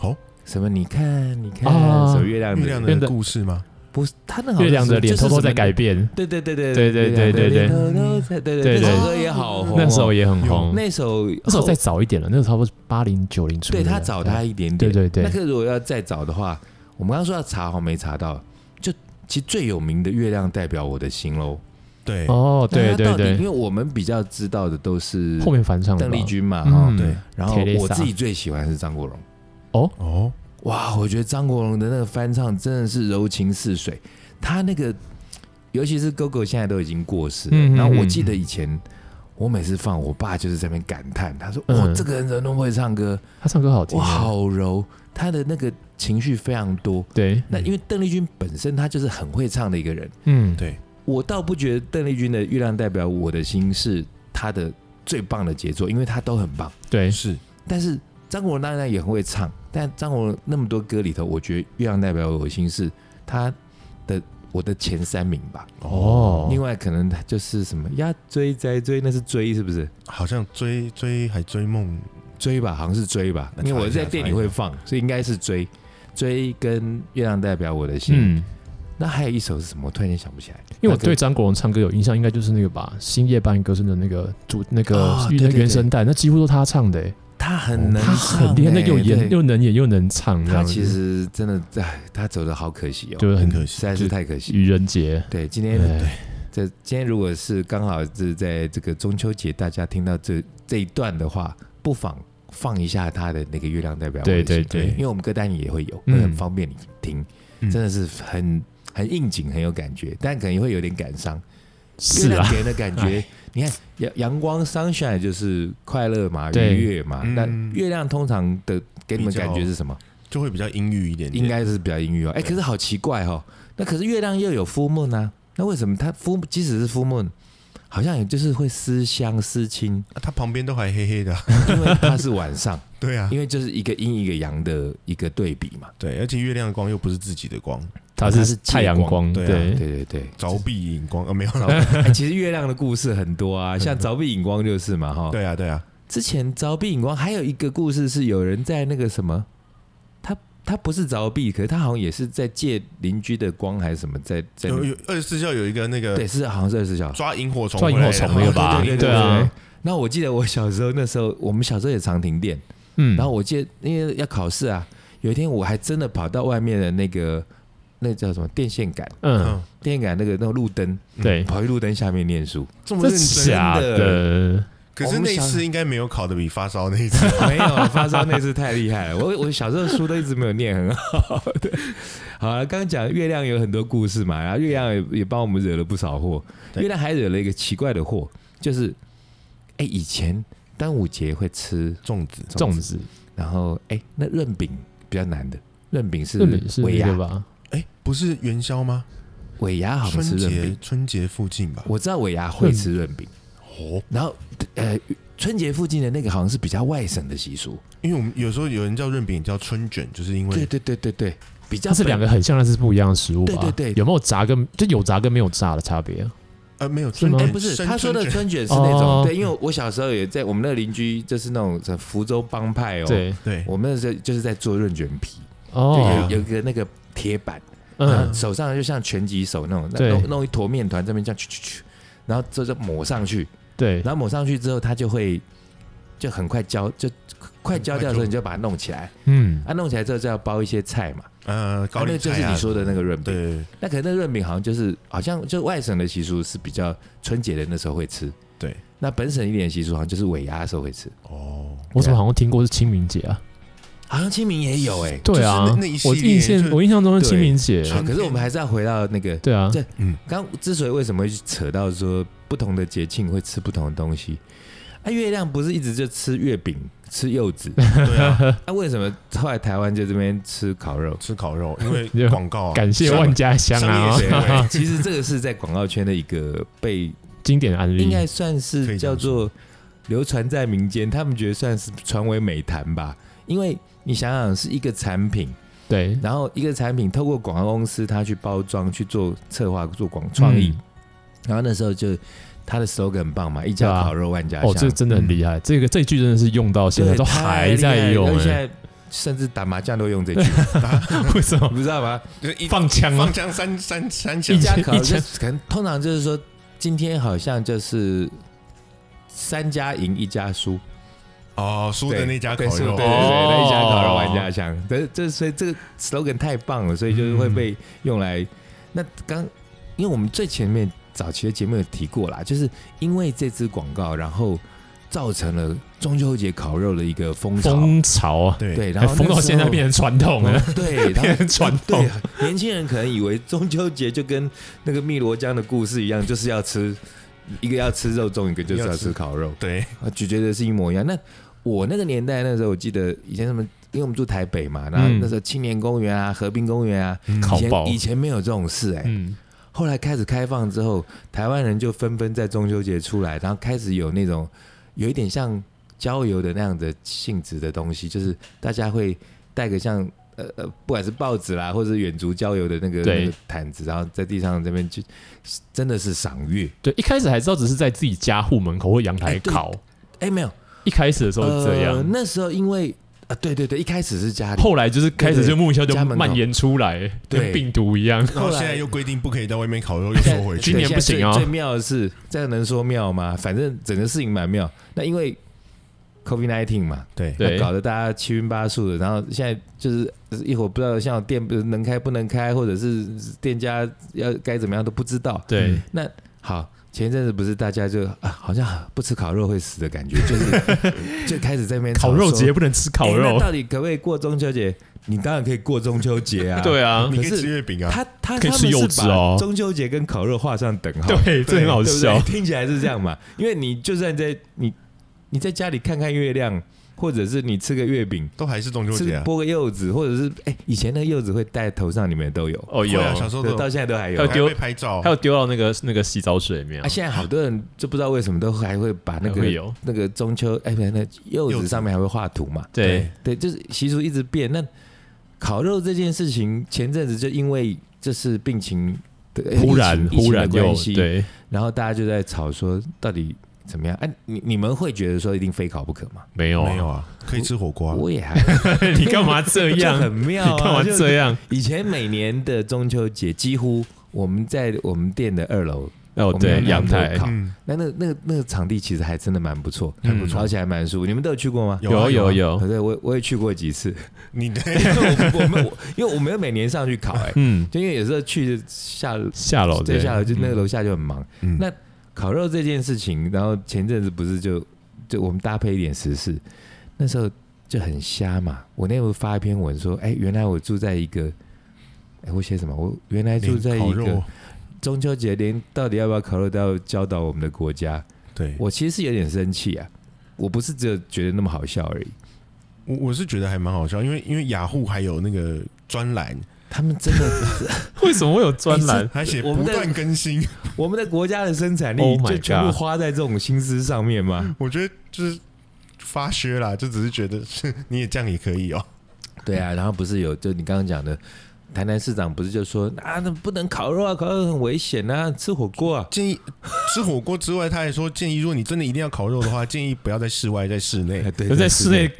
哦，
什么？你看，你看，
啊
什么月亮
月
的？
亮
月
的
亮
故事吗？
不是他那好像
月亮的
是
脸偷偷在。
就是什
改
么
变，
对对对对
对对对对对
月亮的脸偷偷在对对，
对对
那首歌也好红哦。
那时候也很红，
那首
那时候再早一点了，那时候差不多八零九零初，
对他找他，一点点。
对对对
那个如果要再找的话，我们刚刚说要查，好没查到。就其实最有名的月亮代表我的心喽。
对，
哦，对
那它
对
到底因
对，
为我们比较知道的都是
后面反唱的
邓
吧
丽君嘛，哈、
嗯
对
然后我
Teresa
自己最喜欢是张国荣。
哦，
哇，我觉得张国荣的那个翻唱真的是柔情似水，他那个尤其是 GoGo 现在都已经过世了，
嗯嗯
然后我
嗯
记得以前我每次放，我爸就是在那边感叹，他说：“哇、
嗯
这个人怎么那么会唱歌？
他唱歌好听啊
哇，
耶，
好柔，他的那个情绪非常多。”
对，
那因为邓丽君本身她就是很会唱的一个人，
嗯，
对，
我倒不觉得邓丽君的《月亮代表我的心》是她的最棒的杰作，因为她都很棒。
对，
是
但是张国荣当然也很会唱，但张国荣那么多歌里头，我觉得《月亮代表我的心》是他的我的前三名吧。
哦，
另外可能就是什么呀追在追，那是追是不是？
好像追追还追梦，
追吧，好像是追吧，
那查一
因
下
为我在店里会放，所以应该是追。追跟月亮代表我的心，
嗯，
那还有一首是什么？我突然间想不起来，
因为我
那个
对张国荣唱歌有印象，应该就是那个吧，《新夜半歌声》的那个主那个
哦对对
原
对
原声带，那几乎都他唱的耶，欸
他很能
哦他
唱
很厉害，那
欸
又
对
演又能演又能唱，这
他
样子
其实真的，哎，他走的好可惜哦，
就是嗯
很
很
可
实
惜。
在是太可惜。
愚人节，哎
对，今
对
天这今天如果是刚好是在这个中秋节，大家听到这这一段的话，不妨放一下他的那个月亮代表。
对对
对
因为我们歌单里也会有，会
嗯
很方便你听，
嗯
真的是很很应景，很有感觉，但可能会有点感伤。
是
月
啊
亮，给人的感 觉，你看阳阳光 sunshine 就是快乐嘛，
对
愉悦嘛。
嗯
那月亮通常的给你们感觉是什么？
就会比较阴郁一点点，
应该是比较阴郁哦。哎、
对
可是好奇怪哦。那可是月亮又有 full moon 啊，那为什么它 full 即使是 full moon，好像也就是会思乡思 亲，
啊它旁边都还黑黑的啊，
因为它是晚上，
对啊
因，为就是一个阴一个阳的一个对比嘛。
对，而且月亮的光又不是自己的光，
他
他
是
是
太阳
借光
光，
对啊
对
对，
对对，
凿壁引光啊，没有
凿
啦，
壁、哎其实月亮的故事很多啊，像凿壁引光就是嘛哈。
对啊，对啊，
之前凿壁引光还有一个故事是有人在那个什么，他他不是凿壁，可是他好像也是在借邻居的光还是什么，在在
有有二十四孝有一个那个
对是好像是二十四小时。
抓萤火虫
抓
回
萤
来的，
火虫那个吧，
对对对
对啊，
那我记得我小时候那时候，我们小时候也常停电，
嗯，
然后我记得因为要考试啊，有一天我还真的跑到外面的那个那叫什么电线杆，
嗯，
嗯，
电线杆那个那种路灯，
对，
跑去路灯下面念书，
这么
这
认真，
假的，
可是那一
我们想
次应该没有考的比发烧那一 次
没有发烧那次太厉害了，我我小时候书都一直没有念很好，对，好了，刚刚讲月亮有很多故事嘛，然后月亮也也帮我们惹了不少祸，
对
月亮还惹了一个奇怪的祸，就是哎、以前端午节会吃
粽子，
粽子，
然后哎、那润饼比较难的，润饼是
那里是
尾
那
牙
个，吧？
哎，不是元宵吗？
尾牙好像吃
春
润
节
饼，
春节附近吧？
我知道尾牙会吃润饼，
哦，
然后呃春节附近的那个好像是比较外省的习俗，
因为我们有时候有人叫润饼叫春卷，就是因
对
为
对对对对，比较
它是
本
两个很像，但是不一样的食物吧？
对对对
有没有炸跟就有炸跟没有炸的差别啊？
呃没有
是
春
吗
哎、
卷，
不是
生
他说的
春卷
春卷是那种
哦
对，因为我小时候也在我们那个邻居就是那种什么福州帮派哦，
对，
对，
我们那时候就是在做润卷皮，就
哦
有，有一个那个铁板。然后
嗯，
手上就像拳击手那种，
对
弄弄一坨面团，这边这样去去去，然后这就抹上去，
对，
然后抹上去之后，它就会就很快焦，就快焦掉的时候，你就把它弄起来。
嗯，
啊，弄起来之后就要包一些菜嘛，
呃
啊
高
那
丽
个就
菜
是
啊，
你说的那个润饼。
对
那可能那个润饼好像就是好像就外省的习俗是比较春节的那时候会吃，
对，
那本省一点的习俗好像就是尾牙的时候会吃，
哦，
我怎么好像听过是清明节啊？
好像清明也有哎、
对啊
就是那那一，系
我
列
印
就是
象我印象中是清明节，
对
啊可是我们还是要回到那个
对啊，
这
嗯，
刚之所以为什么会去扯到说不同的节庆会吃不同的东西，啊，月亮不是一直就吃月饼、吃柚子，
对啊，
啊，为什么后来台湾就这边吃烤肉？
吃烤肉，因 为
就
广告啊
感谢万家香啊，
商业
哦
行为
其实这个是在广告圈的一个被，
经典案
应
例，
该算是叫做流传在民间，他们觉得算是传为美谈吧。因为你想想，是一个产品，
对，
然后一个产品透过广告公司，它去包装、去做策划、做广创意，
嗯
然后那时候就他的 slogan 很棒嘛，一
对
家
啊
烤肉万家嗯香。
哦，这真的很厉害，这个这句真的是用到现在
对
都
太
还在
厉害
用
了，现
哎，
在甚至打麻将都用这句，
为什
你
么
不知道吗？
就是一
放枪啊
放？枪三三三
一
响，
家 烤肉
以前
就是可能通常就是说，今天好像就是三家赢一家输，
哦，输的那家烤
对输
肉，
对对对，
哦
那一家烤肉玩家香，这这所以这个 slogan 太棒了，所以就是会被用来。那刚因为我们最前面早期的节目有提过啦，就是因为这支广告，然后造成了中秋节烤肉的一个风潮。
风潮啊，
对
对，然
哎
后
风到
那时
现在
候哦
变成传统了，
对，啊 他
变成传统，
对，年轻人可能以为中秋节就跟那个汨罗江的故事一样，就是要吃一个要吃肉粽，一个就是
要
要
吃
吃烤肉，
对，
啊，就觉得是一模一样。那我那个年代那时候，我记得以前什么，因为我们住台北嘛，然后
嗯
那时候青年公园啊、和平公园啊，
嗯
烤
以前
爆
以前没有这种事哎、
嗯，
后来开始开放之后，台湾人就纷纷在中秋节出来，然后开始有那种有一点像郊游的那样的性质的东西，就是大家会带个像呃呃，不管是报纸啦，或者是远足郊游的那个
对
那个毯子，然后在地上这边就真的是赏月。
对，一开始还知道只是在自己家户门口或阳台
哎对
烤，
哎，没有，
一开始的时候是这
呃
样，
那时候因为啊、对对对，一开始是家里，
后来就是开始就木一下就
家门口
蔓延出来，
对
跟病毒一样。
然后现在又规定不可以到外面烤肉，又收回去。
今年
对
不行
现在
哦
最最妙的是，这样能说妙吗？反正整个事情蛮妙。那因为 COVID nineteen 嘛，
对
对
搞得大家七晕八素的，然后现在就是一会儿不知道像店能开不能开，或者是店家要该怎么样都不知道。
对，
那好，前一阵子不是大家就、啊、好像不吃烤肉会死的感觉，就 是就开始在那边
烤肉
吵说
节不能吃烤
哎诶那
肉，
到底可不可以过中秋节？你当然可以过中秋节 啊，
对啊
你，可以
可是
吃月饼啊，
他他
可以
他
吃
们
柚
是
子
把
哦
中秋节跟烤肉画上等号，
对，这很好
对不
笑
对，听起来是这样嘛？因为你就算在你你在家里看看月亮，或者是你吃个月饼，
都还是中秋
吃
节啊。
剥个柚子，或者是哎、以前那个柚子会戴头上，你们都有，
哦，有
会，啊小时候都
对，到
有
现在都还有
还。有
还
丢
会拍照
还，有丢到那个那个洗澡水里面
啊，，现在好多人就不知道为什么都还会把那
还会
个
有，
那个中秋哎，不是那柚
柚
子
子
上面还会画图嘛？
对，
对，就是习俗一直变。那烤肉这件事情，前阵子就因为这是病情的
忽然
呃疫
忽
情疫情的
然又
关系，
对，
然后大家就在吵说到底怎么样？哎、你你们会觉得说一定非烤不可吗？
没有啊
没有，啊，可以吃火锅啊。
我也还
你干嘛这
就很
样？
妙、啊，
你干嘛
就
这样？
以前每年的中秋节，几乎我们在我们店的二楼，
哦，
我们
对
有，
阳
两头
台
烤
嗯，
那那那个那个场地其实还真的蛮不错，
还不错
而且还蛮舒服。你们都有去过吗？
有啊有
有
啊
有，
对，我我也去过几次，
你的
因为我我们我因为我没有每年上去烤、 哎，
嗯，
就因为有时候去下
下楼
对
对，
下楼就那个楼下就很忙。
嗯
那烤肉这件事情，然后前阵子不是就就我们搭配一点时事，那时候就很瞎嘛。我那时候发一篇文说，哎、原来我住在一个，哎、我写什么？我原来住在
烤
一
肉
个，中秋节连到底要不要烤肉都要教导我们的国家。
对我
我其实是有点生气啊，我不是只有觉得那么好笑而已，
我我是觉得还蛮好笑，因为因为雅虎还有那个专栏，
他们真的，
为什么会有专栏？
还写
我
不
们在
断更新，
我们的国家的生产力
Oh my
就全部
God
花在这种心思上面吗？
我觉得就是发噱啦，就只是觉得 是你也这样也可以哦、
对啊，然后不是有就你刚刚讲的，台南市长不是就说啊，那不能烤肉啊，烤肉很危险啊，吃火锅啊。
建议吃火锅之外，他还说建议，如果你真的一定要烤肉的话，建议不要在室外，在室内
哎对
可是在室内，，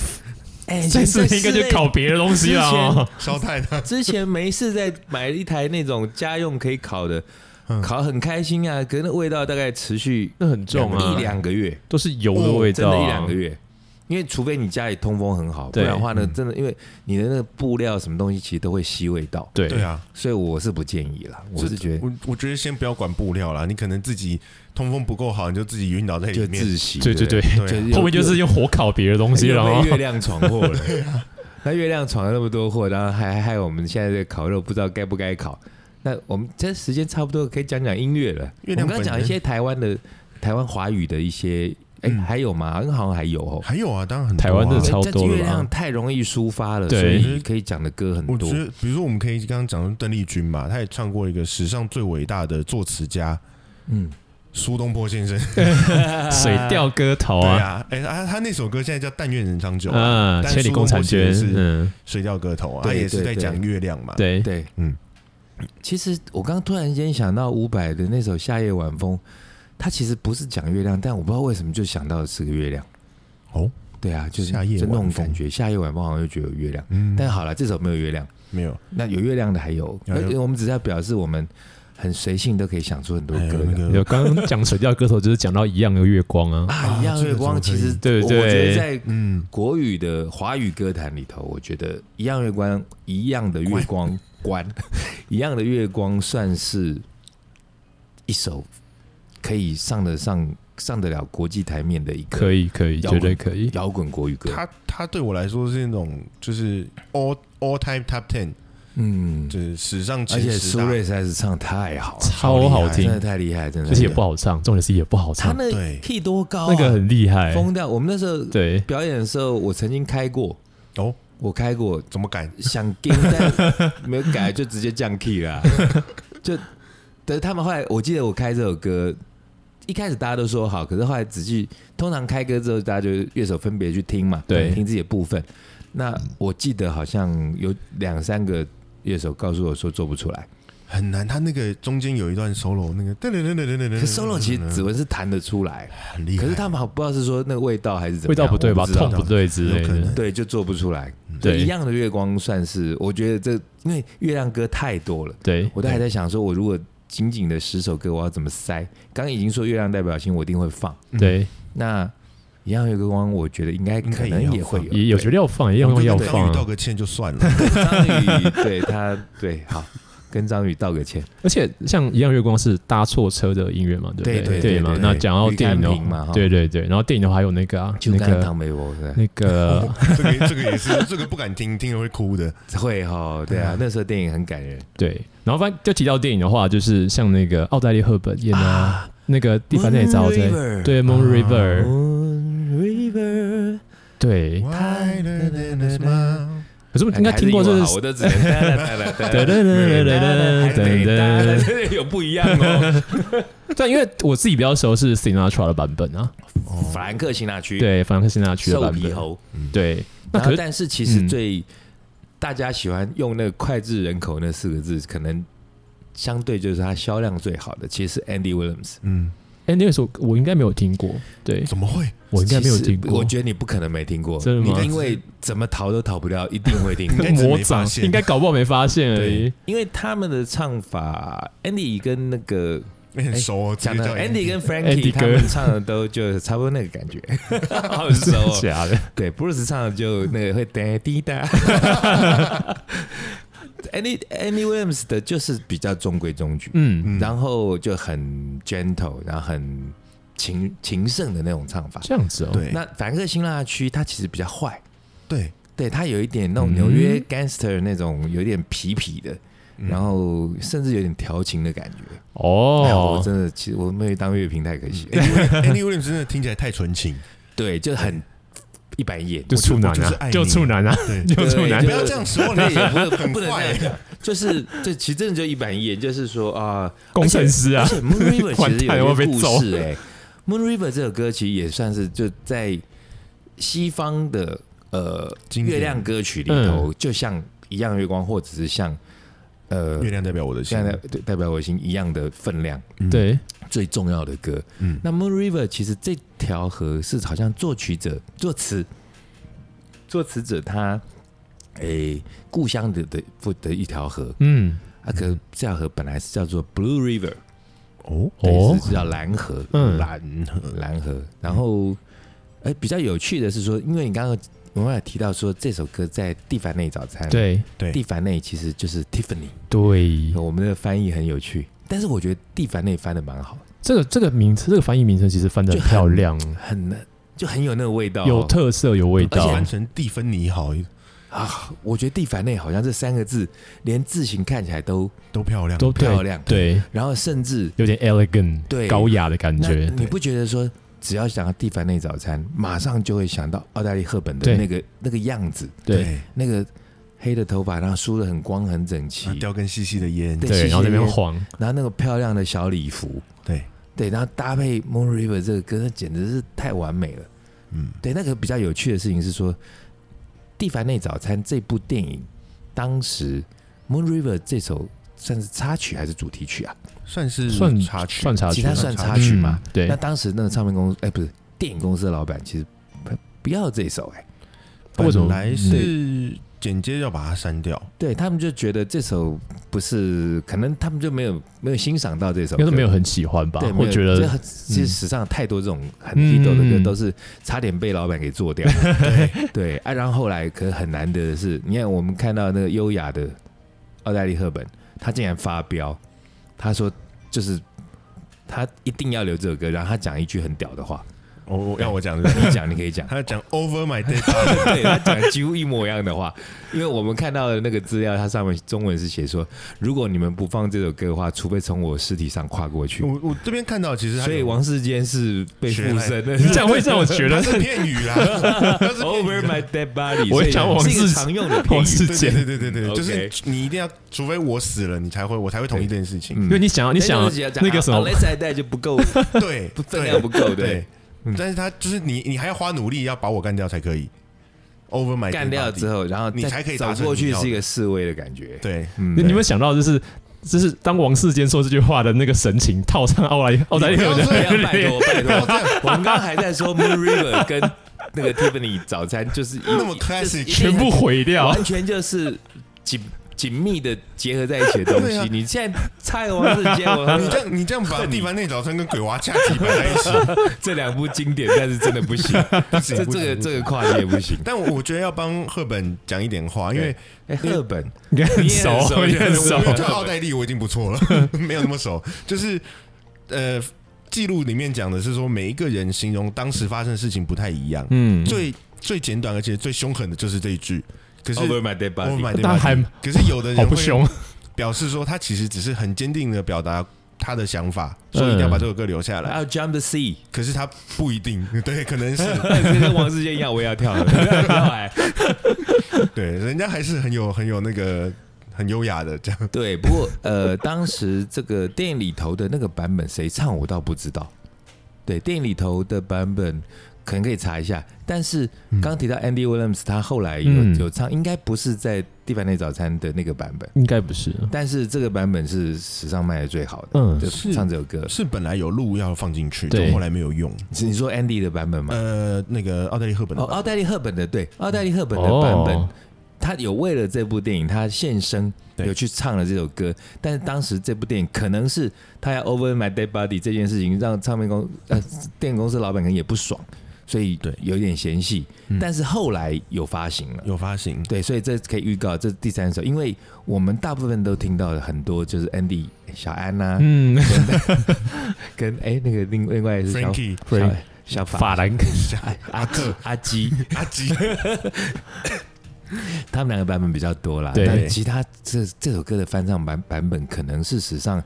哎，
在
室
室内应该就烤。别的东西啦。哦
烧炭啊。
之前没事在买一台那种家用可以烤的
嗯，
烤很开心啊，可是那味道大概持续
那很重
两
啊
一，两个月，
都是油的味
哦真
道啊，
的一两个月。因为除非你家里通风很好，不
对
然的话呢，
嗯
真的因为你的那个布料什么东西其实都会吸味道，
对
对啊，
所以我是不建议啦。我是
这
觉得
我我觉得先不要管布料啦，你可能自己通风不够好，你就自己晕倒在
就
里面。
窒息，
对对对，
对啊，
是
后面就是用火烤别的东西，哦
又
然后
哎被月亮闯祸了。 那月亮闯了那么多祸，然后还害我们现在这个烤肉不知道该不该烤。那我们这时间差不多，可以讲讲音乐了。
月
我
亮本人
们刚刚讲一些台湾的、台湾华语的一些，哎、
嗯
还有吗？好像还有哦。
还有啊，当然很多、啊、
台湾的超
但
多了吧
月亮太容易抒发了，所
对
以可以讲的歌很
我
多
觉。得，比如说我们可以刚刚讲的邓丽君嘛，她也唱过一个史上最伟大的作词家
嗯，
苏东坡先生。
水调歌头
哦
对
啊，
啊，哎、他他那首歌现在叫《但愿人长久》啊，
嗯，
但
千里
苏东
共婵
坡其
娟
实是，
嗯，
水调歌头》啊，
对
他也是
对
在
对
讲月亮嘛。
对，
对，
嗯
嗯。其实我刚突然间想到伍佰的那首《夏夜晚风》，它其实不是讲月亮，但我不知道为什么就想到的是个月亮。
哦，
对啊，就是
夏夜
就那种
晚风
感觉。夏夜晚风好像就觉得有月亮，
嗯，
但好了，这首没有月亮。
没有
那有月亮的还有，
有有
而且我们只是要表示我们很随性，都可以想出很多
哎还有
歌
那
的。
个
有刚刚讲水调歌头，就是讲到一样的月光 啊，
啊，
啊
一样月光，
这
其
个
实
怎么可以对
我
对
我觉得在
嗯，
国语的华语歌坛里头，我觉得一样月光，一样的月光，关 一样的月光，算是一首可以上得上上得了国际台面的一个
可以可以，
摇
绝
滚
对可以，
摇滚国语歌。
他他对我来说是那种就是 all all time top ten
嗯，
这是史上
而
前
且
十
苏
大。
芮实在是唱太好了，
超好
真
听，
的太厉害，真的。
而且也不，好唱，重点是也不好
他
唱，
那
对
key 多高啊，
那个很厉害。
疯掉。我们那时候
对，
表演的时候，我曾经开过，
哦，
我开过，
怎么敢？
想 g 但没有改，就直接降 key 啦。就，但是他们后来，我记得我开这首歌，一开始大家都说好，可是后来仔细，通常开歌之后，大家就乐手分别去听嘛，
对
听自己的部分。那我记得好像有两三个乐手告诉我说做不出来，
很难。他那个中间有一段 solo，那个噔噔噔噔噔噔
嗯
可
噔
是 solo 其实指纹是弹得出来，
很厉害，
可是他们好不知道是说那个味道还是怎么
味
样，
道不对吧？
我知道
痛不对之类
有可
的
能。
对，就做不出来。
对
一样的月光算是，我觉得这因为月亮歌太多了，
对，
我都还在想说，我如果仅仅的十首歌，我要怎么塞？刚刚已经说月亮代表性，我一定会放。
对，
那一样月光，我觉得应该
应该
可
也
能
要
也会
放
有，
也有觉得要放，也
我
有
们就
要
跟张宇
放
道
啊。
个歉就算了。
对张宇对他对好。跟张宇道个歉，
而且像《一样月光》是搭错车的音乐嘛，对不
对
对
对对
嘛
对。对
那讲到电影
鱼
的
竿瓶嘛
话
哈，
对对对，然后电影的话还有那个啊，
就
那
跟
个
唐梅博士
那 个
这个这个也是， 这个不敢听，听了会哭的。
会哈，对啊，那时候电影很感人
对，然后反正就提到电影的话，就是像那个奥黛丽·赫本演的啊，那个地板那也找在
River
对《Moon
啊
River》
Moon River，哎
对，可是我应该听过
还
这
英
是
文好我都只能
对对对对对对对对，
对，有不一样哦。
但因为我自己比较熟是 Sinatra 的版本啊，
法兰克辛纳区，
对，法兰克辛纳曲的
瘦
版
皮
本，
猴。
对。那
然后
可是
但是其实
嗯
最大家喜欢用那个“脍炙人口”那四个字，可能相对就是它销量最好的，其实是 Andy Williams。
嗯，
哎，那个时候我应该没有听过，对
怎么会？
我应该没有听
其实
过
我。觉得你不可能没听过，
真的
你
吗
因为怎么逃都逃不掉，一定 会听过。
应该只
魔
没发
掌
现
应该搞不好没发现而已。
因为他们的唱法，Andy 跟那个
你很熟哦，
哎讲的 Andy
Andy
跟 Frankie
哥
他们唱的都就差不多那个 感觉，好熟哦、
假的，
对，Bruce 唱的就那个会哒滴哒。Andy Andy Williams 的就是比较中规中矩，
嗯，
嗯
然后就很 gentle，然后很情情圣的那种唱法。
这样子哦。
对
那凡克辛纳区他其实比较坏，
对，
对他有一点那种
嗯
纽约 gangster 那种有点痞痞的，然后甚至有点调情的感觉。哎呀我
嗯哦，
真的其实我没有当乐评太可惜了。
Andy Williams 真的听起来太纯情，
对，就很一板一眼，
就处男
我就是
啊，
爱你
就处男啊，
对，
就处男
不。要这样说，
那也不 是
很
不能这样讲，就是这其实真的就一板一眼，就是说啊，
工程师啊
而且而且 Moon River 其实
完蛋
有
我
一
被
个
揍
故事哎、m o o n River 这首歌其实也算是就在西方的呃
经典
月亮歌曲里
嗯
头，就像一样月光，或者是像呃
月亮代表我的心
现，在代代表我心一样的分量。
嗯，
对，
最重要的歌，
嗯
那 Moon River 其实这条河是好像作曲者、作词、作词者他诶、故乡的的不的一条河，
嗯，
啊，可是这条河本来是叫做 Blue River，
哦，
哦
对，是叫蓝河，
嗯
蓝蓝河。然后，哎、比较有趣的是说，因为你刚刚我们也提到说这首歌在蒂凡内早餐，，
对
蒂凡内其实就是 Tiffany，哦
对，
我们的翻译很有趣，但是我觉得蒂凡内翻的蛮好，
这个这个名词，这个翻译名称其实翻的
就很
漂亮，
很就很有那个味道哦、
有特色，有味
而且
道
翻。成蒂芬妮好
啊，我觉得蒂凡内好像这三个字，连字形看起来都
都漂亮，
都对
漂亮
对，
然后甚至
有点 elegant，
对
高雅的感
那
觉。
你不觉得说，只要想到蒂凡内早餐，马上就会想到奥黛丽赫本的
对
那个那个样子，
对，
那个黑的头发，然后梳的很光很整齐
然，后叼根细细的烟，
对
对，
谢谢
然后在那边晃，
然后那个漂亮的小礼服，
对，
对，然后搭配 Moon River 这个歌，那简直是太完美了。
嗯，
对，那个比较有趣的事情是说，《蒂凡内早餐》这部电影，当时 Moon River 这首算是插曲还是主题曲啊？
算是
算
插曲，
算插
其
曲
他
嘛，
算插
插
曲嘛？
嗯对
那，当时那个唱片公司，哎、不是电影公司的老板，其实不不要这首、哎，
为什么
本
嗯
来是剪接要把它删掉，
对他们就觉得这首不是，可能他们就没有没有欣赏到这首
应
歌，
该是没有很喜欢吧
对，？没
我
有
觉
这
得
很其实史上太多这种很
嗯
hit 的歌，
嗯
都是差点被老板给 做掉。对啊，然后后来可很难得的是，你看我们看到那个优雅的奥黛丽赫本，她竟然发飙，哦她说就是她一定要留这首歌，然后她讲一句很屌的话，
我我要我讲对不对？
你讲，你可 以 讲。
他讲 over my dead，
对他讲几乎一模一样的话，因为我们看到的那个资料，它上面中文是写说，如果你们不放这首歌的话，除非从我尸体上跨过去。
哦
我我这边看到其实他有
所以王世坚是被附身 的。
你这样会让我 觉
他
得
是片 语啦，他是
Over
片语啦
my dead body，
我
所以
想王
是一个
世
常用的片
我
语。
是
对
姐，
对对对对，对
OK
就是你一定要，除非我死了，你才会我才会同意这件事情。
嗯
因为你想要啊你想要
但就是讲
那个什么
l e t 代就不 够，
对，
不分
对
量不够，对
对，，
嗯
但是他就是你，你还要花努力要把我干掉才可以。Over my
干掉之
后，
后，然后
你
再
才可以达
走
成
过
你
去
要
是一
的
个示威的感觉。
对，
嗯，
你有
对
没有想到，就是就是当王世坚说这句话的那个神情，套上奥莱奥莱
你不要
有
这样
的
拜
脸
托，拜
不要
托
这，样
我们刚刚还在说 Moon River 跟那个 Tiffany 早餐就是一
那么
就是
classic，
一 定
全部毁掉，
完全就是紧紧密的结合在一起的东
对
西
啊。
你现在蔡王世坚，
你这
我
样你这样把蒂凡内早餐跟鬼娃恰起摆在一 起，
这两部经典，但是真的不行，这
不行
这个
不行
这个跨界不行。
但我我觉得要帮赫本讲一点话，因为
哎，赫本，
你很
你也很
熟，
熟
你很
对
熟
我
我
没。有叫奥黛丽，我已经不错了， 没有那么熟。就是呃，记录里面讲的是说，每一个人形容当时发生的事情不太一样。
嗯，
最最简短而且最凶狠的就是这一句。可是
Over my dead
Over Oh my
body，
dead
但还
body 可是有的
好
人
不
会
凶，
表示说，他其实只是很坚定的表达他的想法，所以一定要把这首歌留下来。
要 jump the sea，
可是他不一定， 对，可能是
这跟王世坚一样，我也 要跳了，跳海。
对，人家还是很有很有那个很优雅的这样。
对，不过呃，当时这个电影里头的那个版本谁唱我倒不知道。对，电影里头的版本可能可以查一下，但是刚提到 Andy Williams，他后来有、
嗯
有唱，应该不是在《蒂凡尼早餐》的那个版本，
应该不是。
但是这个版本是史上卖的最好的，
嗯
就是唱这首歌。
是本来有录要放进去，
对
就后来没有用。
你说 Andy 的版本
嗯
吗？
呃，那个奥黛丽赫本的
哦，
版
奥黛丽·赫本的，对，奥黛丽·赫本的版本
哦，
他有为了这部电影，他献身
对
有去唱了这首歌，但是当时这部电影可能是他要 Over My Dead Body 这件事情，让唱片公呃电影公司老板可能也不爽，所以
对嗯
有点嫌隙，但是后来有发行了。
有发行，
对，所以这可以预告，这是第三首，因为我们大部分都听到了很多，就是 Andy、小安呐、
嗯，
跟哎、那个另另外是小
Frankie
小
Frank
小 法
法兰克
哎阿克阿基，
阿吉，
他们两个版本比较多啦，
对
但其他这这首歌的翻唱版版本可能是史上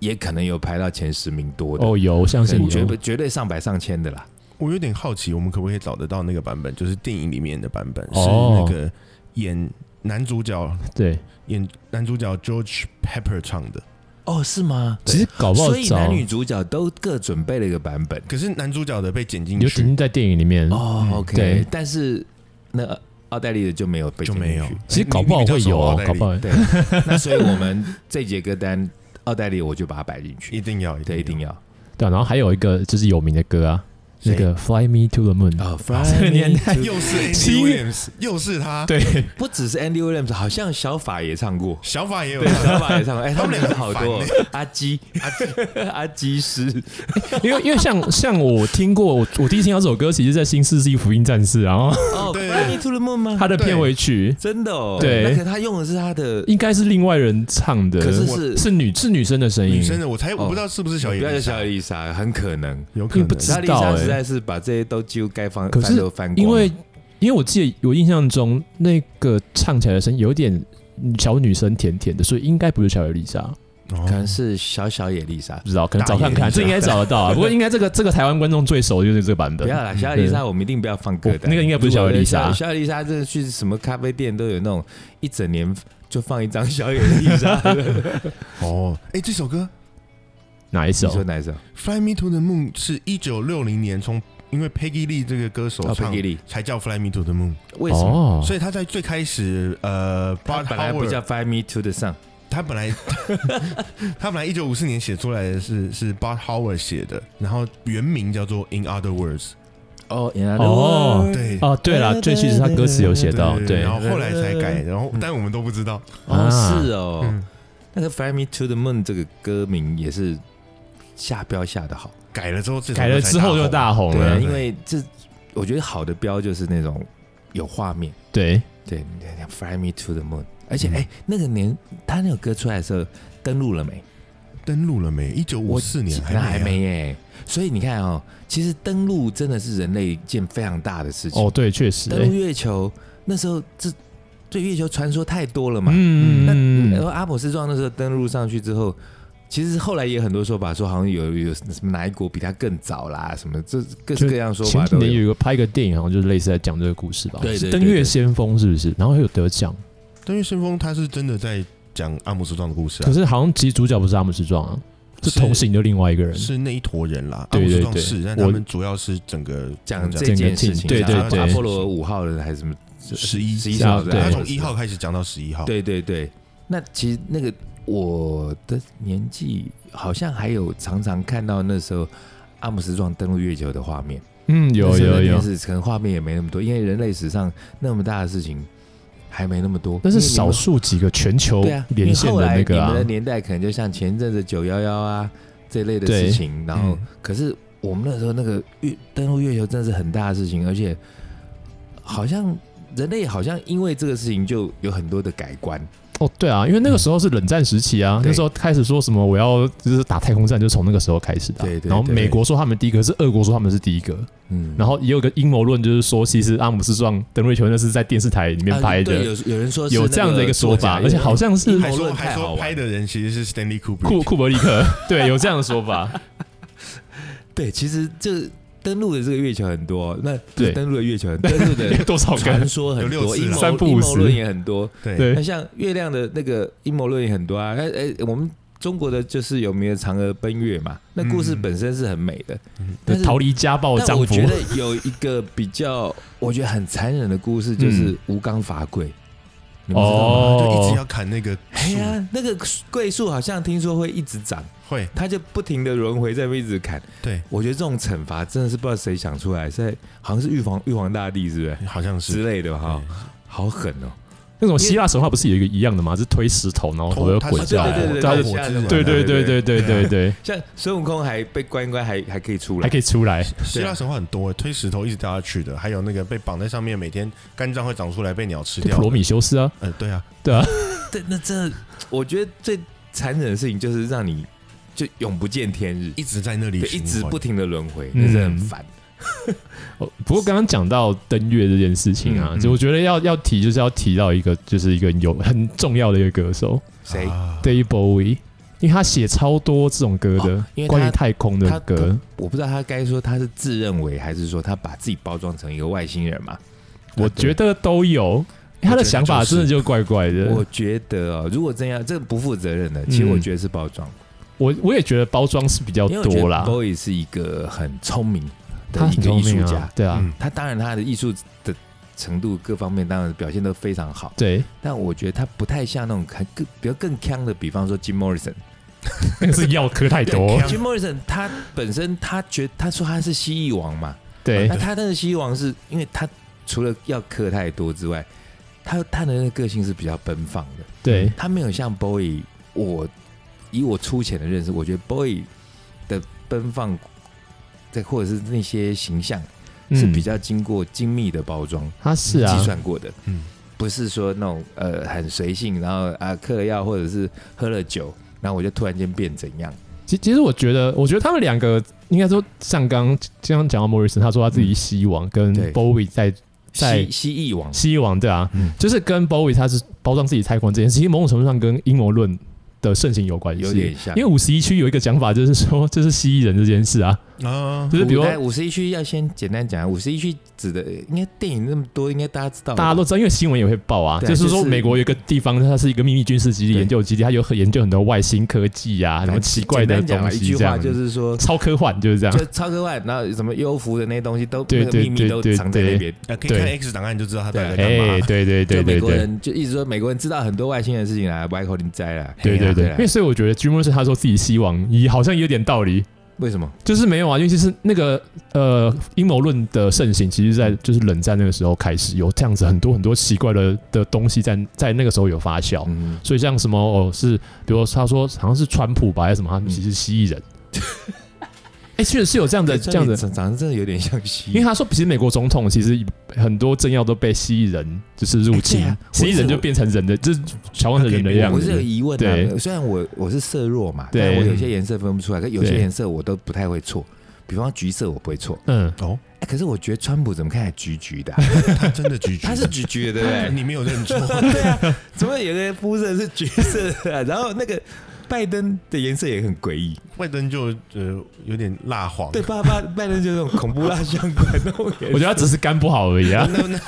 也可能有排到前十名多的，
哦，有相信
对绝
有
对绝对上百上千的啦。
我有点好奇，我们可不可以找得到那个版本？就是电影里面的版本，是
哦
那个演男主角
对，
演男主角 George Pepper 唱的。
哦，是吗？
其实搞不好
所以
找
男女主角都各准备了一个版本。
可是男主角的被剪进
有剪
去，
进在电影里面，
哦，OK，
嗯对
但是那奥黛丽的就没有被
就
剪进
没有哎
去。
其实搞不好会有哦
你，
搞不好
对， 那所以我们这节歌单奥黛丽我就把它摆进去，
一定要，
对，一定。要。
对啊。然后还有一个就是有名的歌啊，
谁
那个《Fly Me to the Moon》，
哦，
这个年代
Fly Me to-
又是 Andy
七
Williams，又是他，
对，
不只是 Andy Williams，好像小法也唱过。
小法也有
对，
唱，
小马也唱过，哎、他
他
们
们两
两个
个
好
很
多
烦
哦，阿基、阿 基、阿基师，
因为因为像像我听过，我我第一次听到这首歌，其实在《新世纪福音战士》，然 后
哦，
对
关于 To the Moon 吗？
它的片尾曲
真的哦，
对
那个他用的是他的，
应该是另外人唱的，
可是
我
是
是女是女生的 声音
女，生的，我
哦
才我不知道是不是小
不
野
要叫
丽
小
莎，
丽莎，很可能。
有可能
不知道
小丽莎
欸
实在是把这些都几乎该翻
可是
翻都翻过，
因为因为我记得我印象中那个唱起来的声音有点小女生甜甜的，所以应该不是小野丽莎，
哦
可能是小小野丽莎
不。知道，可能找看
大野丽莎
看，这应该找得到啊。不过应该这个这个台湾观众最熟的就是这个版
不
本，
要啦，小野丽莎我们一定不要放歌单。
那个应该不是小野丽莎
如果小小野丽莎真的去什么咖啡店都有那种一整年就放一张小野丽莎的。
哦，哎，这首歌
哪一
你
首
说？哪一首？
《Fly Me to the Moon》是一九六零年从因为 Peggy Lee 这个歌手
哦
唱
，Peggy Lee
才叫《Fly Me to the Moon
为什么？
哦》，，
所以他在最开始呃
他
，Bart
本来
Howard
不叫 Fly Me to the Sun。
他本来 他本来一九五四年写出来的是是 Bart Howard 写的，然后原名叫做《In Other Words
哦，原来
哦
对
哦，对啦，最其实他歌词有》，写到，对
然后后来才改，然后但我们都不知道，
哦，
啊
是哦，
嗯，
那个《Fly Me to the Moon》这个歌名也是下标下的好，
改了之后这首歌
改了之后就
才大
大红
对啊
了
对，
因为这我觉得好的标就是那种有画面，
对，
对，你看《Fly Me to the Moon》，而且
嗯
哎、那个年他那首歌出来的时候登录了没？
红，登陆了没？一九五四年还没、
那
啊、
还没哎、所以你看哦，其实登陆真的是人类一件非常大的事情。
哦，对，确实，
登
哎
陆月球那时候，这对月球传说太多了嘛。
嗯
那呃然后阿姆斯壮那时候登陆上去之后，其实后来也很多说法，说好像有有什么哪一国比他更早啦，什么这各式各样说
前
法
几
都
年有
有。
一个拍一个电影，好像就是类似在讲这个故事吧，
对对
是
对
登
对
月
对
先锋是不是？然后有得奖，
登月先锋他是真的在讲阿姆斯壮的故事啊
可，是好像其实主角不是阿姆斯壮啊，是
是
同行的另外一个人，
是那一坨人啦。
对
阿姆
对
斯壮
对
是，但
我
他们主要是整个
讲
整
这
个
件事
team，
情，
对
对
讲
对
阿波罗五号的还是什么
十一
十一
啊
号的，
对
他从一号开始讲到十一号，，
对对对，那其实那个我的年纪好像还有常常看到那时候阿姆斯壮登陆月球的画面，
嗯，有
那时候
有
的
有
电，视可能画面也没那么多，因为人类史上那么大的事情还没那么多，
但是
因为你们
少数几个全球
对啊，因为
哦连线
后
的
来
那个
你
啊
们的，年代可能就像前阵子九幺幺啊这类的
对
事情，然后、
嗯
可是我们那时候那个月登陆月球真的是很大的事情，而且好像人类好像因为这个事情就有很多的改观。
哦，对啊，因为那个时候是冷战时期啊，
对
那时候开始说什么我要就是打太空战，就从那个时候开始的啊。
对对对
然后美国说他们第一个，是俄国说他们是第一个，
嗯
然后也有一个阴谋论，就是说其实阿姆斯壮登陆月球那是在电视台里面拍
啊、对
的，
有有人说是
有这样的一个说法，
那个
而且好像是
阴
还
谋
说
论
还
太好
说
玩
拍的人其实是 Stanley Kubrick，
库库伯利克，对，有这样的说法。
对，其实这登陆的这个月球很多，那不
对
是登陆的月 球很多，登陆
有
的
多少
传
根？
说很
有六
多，
次啊
阴谋
三不五
阴
时
谋论也很多。
对
对
那像月亮的那个阴谋论也很多啊，哎哎，我们中国的就是有名的嫦娥奔月嘛，那故事
嗯
本身是很美的，
嗯哦
但是
逃离家暴的
但
丈
我
夫
觉，得有一个比较，我觉得很残忍的故事
嗯
就是吴刚伐桂，你们知道吗？
哦
就一直要砍那个
哎
树，
呀，那个桂树好像听说会一直长，
会
它就不停的轮回在那边一直砍。
对，
我觉得这种惩罚真的是不知道谁想出来，是在好像是玉皇玉皇大帝是不是
好像是
之类的哈
对，
好狠哦！
那种希腊神话不是有一个一样的吗？是推石头，然后头
头
会
他
滚
是
下
导
来
火
对对对
然
导
后
火
对
之
对
人，
对对对对对对对，
像孙悟空还被关一关还还可以出来
还，可以出来。
希腊神话很多欸，推石头一直掉下去的，还有那个被绑在上面，每天肝脏会长出来被鸟吃
就
掉。
普罗米，修斯啊，
呃，对啊，
对，那这我觉得最残忍的事情就是让你就永不见天日，
一直在那里
对，一
循环
直不停的轮回，
嗯
那是很烦。
哦，不过刚刚讲到登月这件事情啊，
嗯嗯
就我觉得要要提，就是要提到一个，就是一个有很重要的一个歌手
谁？
啊
Dave Bowie，因为他写超多这种歌的，
哦因为他
关于太空的
他
歌，
我不知道他该说他是自认为，还是说他把自己包装成一个外星人嘛？
我
啊
觉得都有。他的想法真的就怪怪的，
我
我
觉得哦，如果真要这个不负责任的，其实
嗯
我觉得是包装，
我我也觉得包装是比较
因为我觉
多
得
啦，
Bowie 是一个很聪明
他
的一
很
个
聪
艺术
明
家，
啊，对啊，
嗯
他当然他的艺术的程度各方面当然表现都非常好，
对，
但我觉得他不太像那种很更比较更强的，比方说 Jim Morrison。
那个是药科太多，
哦 Jim Morrison 他本身他觉他说他是蜥蜴王嘛，
对
那， 他那个蜥蜴王是因为他除了要课太多之外，他他的那个个性是比较奔放的，
对，
他没有像 Bowie，我以我粗浅的认识，我觉得 Bowie 的奔放，在或者是那些形象是
嗯
比较经过精密的包装、
他是啊
计，算过的，
嗯，
不是说那种呃很随性，然后啊嗑了药或者是喝了酒，然后我就突然间变怎样。
其其实我觉得，我觉得他们两个应该说，像刚刚刚刚讲到莫里森，他说他自己西王跟
嗯对
Bowie 在在
蜥蜥蜴王
西王，对啊，
嗯
就是跟 Bowie 他是包装自己太空这件事，其实某种程度上跟阴谋论的盛行有关系，
有点像，
因为五十一区有一个讲法，就是说这是蜥蜴人这件事啊，
啊
就，是比如
五十一区要先简单讲，五十一区指的应该电影那么多，应该大家知道吧，
大家都知道，因为新闻也会报啊，
对
就是说
就是
美国有一个地方，它是一个秘密军事基地、
对
研究基地，它有很研究很多外星科技啊，什么奇怪的
简单讲
东
啊
西，
一句
这
话
样
就 是说，
超科幻，就是这样
就。超科幻，然后什么优浮的那些东西都
对
那个秘
对
密都
对
藏在
对
那边。
呃可以看
对
X 档案就知道他到底在
就
干
哎，
嘛。
对对对
就美
对
国
对。
人就一直说美国人知道很多外星人的事情啦，外口啊林灾啦。
对
嘿
对
啦
对，
啦
因为所以我觉得 Jim Morrison 他说自己西王也好像有点道理，
为什么？
就是没有啊，尤其是那个呃阴谋论的盛行，其实在就是冷战那个时候开始有这样子很多很多奇怪的的东西在在那个时候有发酵，
嗯，
所以像什么哦哦是，比如说他说好像是川普吧还是什么，他们
嗯
其实是蜥蜴人。哎，确实是有这样的这样的，
长长得真的有点像蜥
因为
蜴。
他说，其实美国总统其实很多政要都被蜥蜴人就是入侵
哎对啊，
蜥
我
蜴
是
人就变成人的，就是乔换成人的样
我是有
子。
疑问的、
对
虽然我我是色弱嘛，
对
但我有些颜色分不出来，可有些
对
颜色我都不太会错。比方橘色我不会错，
嗯，
哦，
哎，可是我觉得川普怎么看起来橘橘 的啊、
他真的橘橘，
他是橘橘的，对不 对？
你没有认错，
对啊，怎么有的肤色是橘色的、啊？然后那个拜登的颜色也很诡异，
哦
拜登就呃有点蜡黄，
对，爸爸拜登就是那种恐怖蜡像馆那种颜色。
我觉得他只是肝不好而已 啊，
那那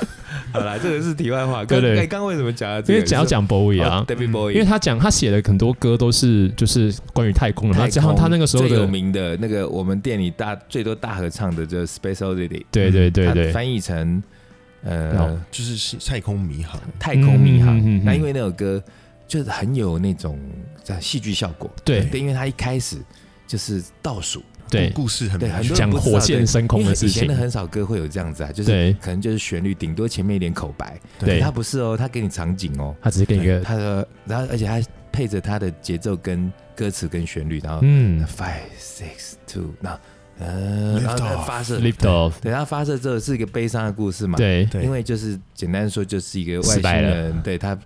好啦，这个是题外话。
对
刚
对
刚刚为什么讲到这
因
个？
为讲到蒋博伟啊，
d a v i d Bowie，
因为他讲他写的很多歌都是就是关于太空的，然后加上他那个时候
最有
的，
名的那个我们店里大最多大合唱的就是 Space Oddity，
对对对
它
对，
翻译成呃
哦
就是是太空迷航，
太空迷航
嗯嗯嗯嗯。
那因为那首歌就是很有那种呃戏剧效果，
对
对，因为它一开始就是倒数，
对
故事很
对，很
嗯
多人
讲
不知
火
道
箭升空
因为
的事
以前
情
的，很少歌会有这样子啊，就是
对
可能就是旋律，顶多前面一点口白，
对
它不是哦，它给你场景哦，
他只是给你一个
它的，然后而且它配着它的节奏跟歌词跟旋律，然后
嗯
five six two，那呃，
Lift
然后它
off
发射，
，lift off，
等它发射之后是一个悲伤的故事嘛？，
对
对
因为就是简单说就是一个外
失
星
败了
人，对他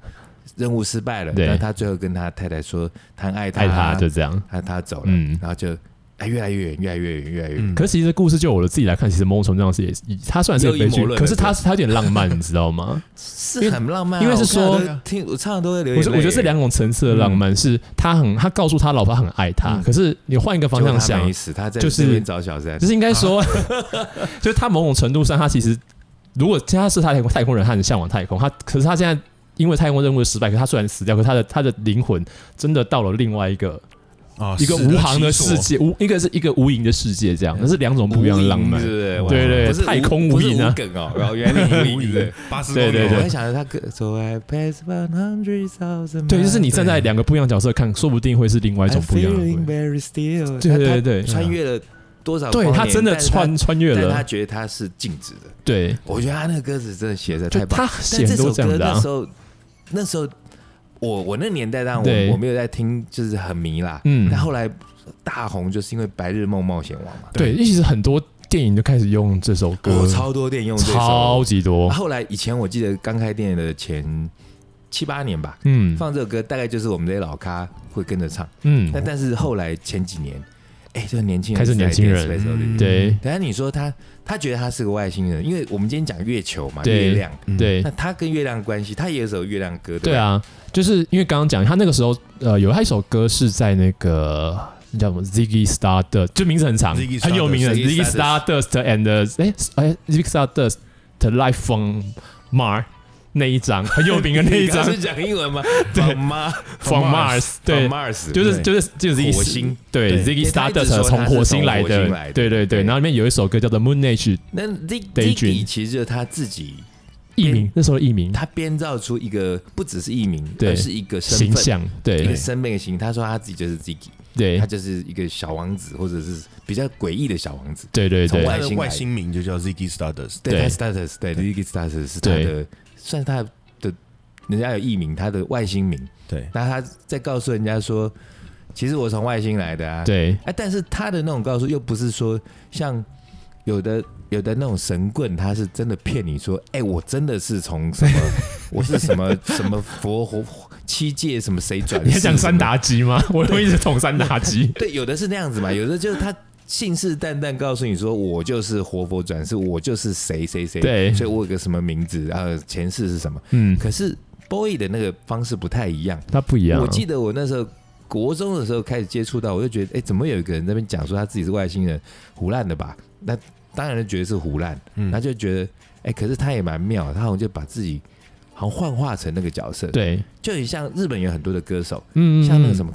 任务失败了，
对
但他最后跟他太太说他很爱他，
爱他就这样，
他他走了，
嗯。
然后就哎越来越远，越来越远，越来越远。
嗯
可是其实故事就我的自己来看，其实某种程度上是也是，它虽然是个悲
又阴
剧
谋，论了
可是它它有点浪漫，你知道 吗？
是很浪漫啊、
因为是说
我看了都听我唱的都会流
我
眼
是
泪。
我觉得这两种层次的浪漫是，他很他告诉他老婆他很爱他，
嗯
可是你换一个方向
结果他
想
没，死，他在
就是
这边找小三，
就是应该说，
啊
就是他某种程度上，他其实如果他是他太空太空人，他很向往太空，他可是他现在因为太空任务的失败，可是他虽然死掉，可是他的他的灵魂真的到了另外一个
啊
一个
适得
无航的
其所
世界，无一个是一个无垠的世界，这样，那是两种不一样的浪漫
无影。是不是？
对对
不是
太空
无
无影啊
不是无梗哦，然后原来 你无 影的。
八十
对对
我
对
在想着他歌，So I pass one hundred thousand。
对，就是你站在两个不一样的角色看，说不定会是另外一种不一样的
I'm
回
feeling very still
对
他
对
他
对啊
穿越了多少光
对
年？
他真的
但是他
穿，穿越
但他
了，
觉得他是静止的。
对，
我觉得他那个歌词真的写的
就
太棒
他
了。但
写
这
很
首
多这
歌
样的啊
那时，候，那时候我我那年代，当然
对
我我没有在听，就是很迷啦。
嗯
但后来大红就是因为《白日梦冒险王》嘛，
对，因为其实很多电影就开始用这首歌，
我哦超多电影用这首。
超级多，
后来以前我记得刚开店的前七八年吧，
嗯
放这首歌大概就是我们这些老咖会跟着唱。
嗯
那、，但是后来前几年，哎、这个年轻人
开始年轻人嗯
在 Space Oddity
对
等下你说他，他觉得他是个外星人，因为我们今天讲月球嘛，
对
月亮，
对
嗯那他跟月亮的关系，他也有首月亮歌，
对
吧，
啊，就是因为刚刚讲他那个时候，呃，有他一首歌是在那个。那叫什么？Ziggy Stardust，就名字很长
Ziggy，
很有名的
Stardust，Ziggy
Ziggy Stardust and 哎哎 Ziggy Stardust 的 Life from Mars 那一 张很有名的那一
你刚
张
刚是讲英文吗？对吗
From Mars，对
m a r s
就是就是就是 Ziggy
火星，
对
对
Ziggy
因为他一直说
Stardust 从
他是
火星
从
来
火星
的
来的，
对对
对
对。然后里面有一首歌叫做 Moon Age，
那 Zig
Daydream
Ziggy 其实就是他自己，
艺名那时候的艺名
他编造出一个不只是艺名，
对
而是一个身
形
份，
象，
一个
对
身份的形。他说他自己就是 Ziggy，
对
他就是一个小王子，或者是比较诡异的小王子。
对对
从
对
外
他的外星名就叫 Ziggy Stardust，
对，
对
他 status，对 Ziggy status 是他的，算是他的，人家有艺名，他的外星名。
对，
那他在告诉人家说，其实我从外星来的啊。，
对
哎、但是他的那种告诉又不是说像有的有的那种神棍，他是真的骗你说，哎、我真的是从什 么，我是什么什么佛佛七界什么谁转世？
你要讲三
什么。
达基 吗？我会一直捅三达基。
对，有的是那样子嘛，有的就是他。信誓旦旦告诉你说，我就是活佛转世，我就是谁谁谁，
对
所以我有个什么名字，然后前世是什么？
嗯，
可是 boy 的那个方式不太一样，
他不一样。
我记得我那时候国中的时候开始接触到，我就觉得，哎、怎么有一个人在那边讲说他自己是外星人，胡乱的吧？那当然就觉得是胡乱，
嗯
然后就觉得，哎、可是他也蛮妙的，他好像就把自己好像幻化成那个角色，，
对，
就很像日本有很多的歌手，
嗯，
像那个
嗯
什么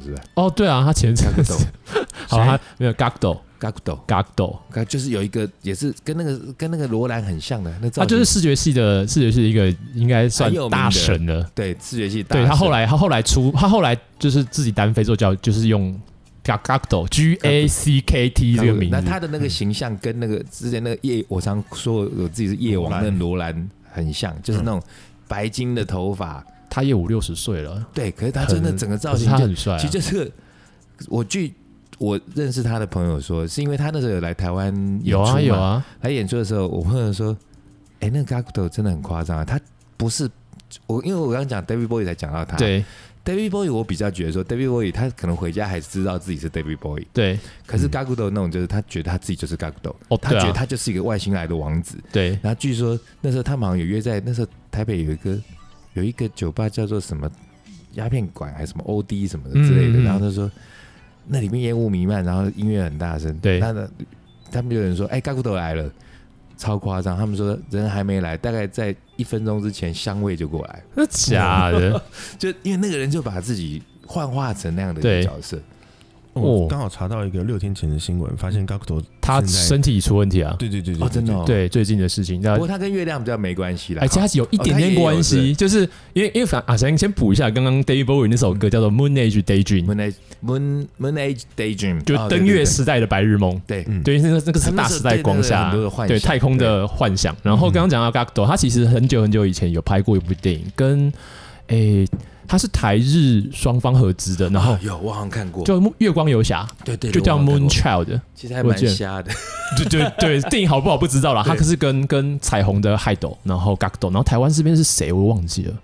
是吧
哦，对啊，他前阵子
？Kakudo
好，他没有 Gagdo
Kakudo。
Gagdo，
就是有一个，也是跟那个跟那个罗兰很像的，那造
他啊就
型
是视觉系的视觉系一个应该算
很有名的
大神了。
对视觉系大神。
对他后来他后来出他后来就是自己单飞做叫就是用 Gagdo G A C K T 这个名
那
字。
他的那个形象跟那个之前那个夜，我常说我自己是夜王
罗
那
兰
罗兰很像，就是那种白金的头发，
他也五六十岁了，
对，可是他真的
很
整个造
可是
型
他
就
很帅啊
其实。就是我去我认识他的朋友说，是因为他那时候有来台湾演
有
出嘛
啊有，啊，
来演出的时候，我朋友说：“哎、那个 Gakuto 真的很夸张啊，他不是我，因为我刚刚讲 David Bowie 才讲到他，
对
David Bowie，我比较觉得说 David Bowie 他可能回家还知道自己是 David Bowie，
对
可是 Gakuto 那种就是他觉得他自己就是 Gakuto，、
哦
他
对啊
觉得他就是一个外星来的王子。
对，
然后据说那时候他们好像有约在那时候台北有一个有一个酒吧叫做什么鸦片馆还是什么 OD 什么的之类
嗯
的，
嗯嗯
然后他说那里面烟雾弥漫，然后音乐很大声，
对
那那他们有人说哎、g a k u t o 来了，超夸张，他们说人还没来，大概在一分钟之前香味就过来。
那假的
就因为那个人就把自己幻化成那样的一个
对
角色，
我
哦
刚好查到一个六天前的新闻，发现 g a k u t o
他身体出问题啊，
对对对对
哦，真的、哦，。
对最近的事情，那
不过他跟月亮比较没关系啦，
哎，其实它有一
哦
点
它也
点
有
关
是
系，就是因为因为反啊，先先补一下，刚刚 David Bowie 那首歌叫做《Moon Age Daydream》，
Moon Age Moon Moon Age Daydream，
就
哦
登月时代的白日梦。
对对对
嗯
对，那个那个
他
是
那
大
时候
时代
对
光
那个
下
很多的幻
对
想
太空的幻想。然后刚刚讲到 Gagdo，他其实很久很久以前有拍过一部电影，跟诶，他是台日双方合资的，然后
哦有我好像看过，
叫《月光游侠
对对，》，
就叫
哎我好像
Moon
看过
Child。
其实还
我
蛮
记得
瞎的，
对对对，电影好不好不知道啦，他
对
可是跟跟彩虹的海斗，然后 Gagdo，然后台湾这边是谁我忘记了，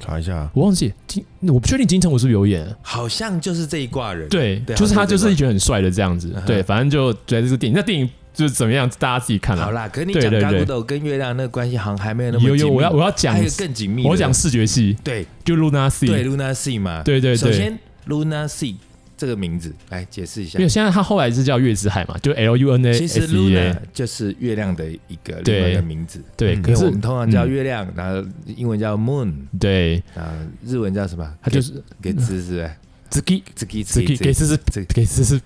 查一下，
我忘记金，我不确定金城武是不是有演。
好像就是这一挂人，
对，
对
就是
好
他
像
就是
这
一
一
群很帅的这样子
嗯哼。
对，反正就觉得这是电影，那电影就是怎么样，大家自己看啊
好
啦。
啦，可是你
对
讲
对对
g a g 跟月亮那个关系好像还没有那么
有
紧
有，
密
我要我要讲
还，有更紧密的，
我讲视觉系，
对
就 Luna C。
对 Luna C 嘛，
对对对
首先 Luna C 这个名字来解释一下
因为，现在他后来是叫月之海嘛，就 L U N A
其实
S E
Luna
A。
就是月亮的一个
对
另外一个名字，
对，
嗯
可
因为
是
我们通常叫
嗯
月亮，然后英文叫 moon，
对，
然后日文叫什么？
它就是
给字是吧？
z k i
自己
z
自
k i
己
给这是
这
给这是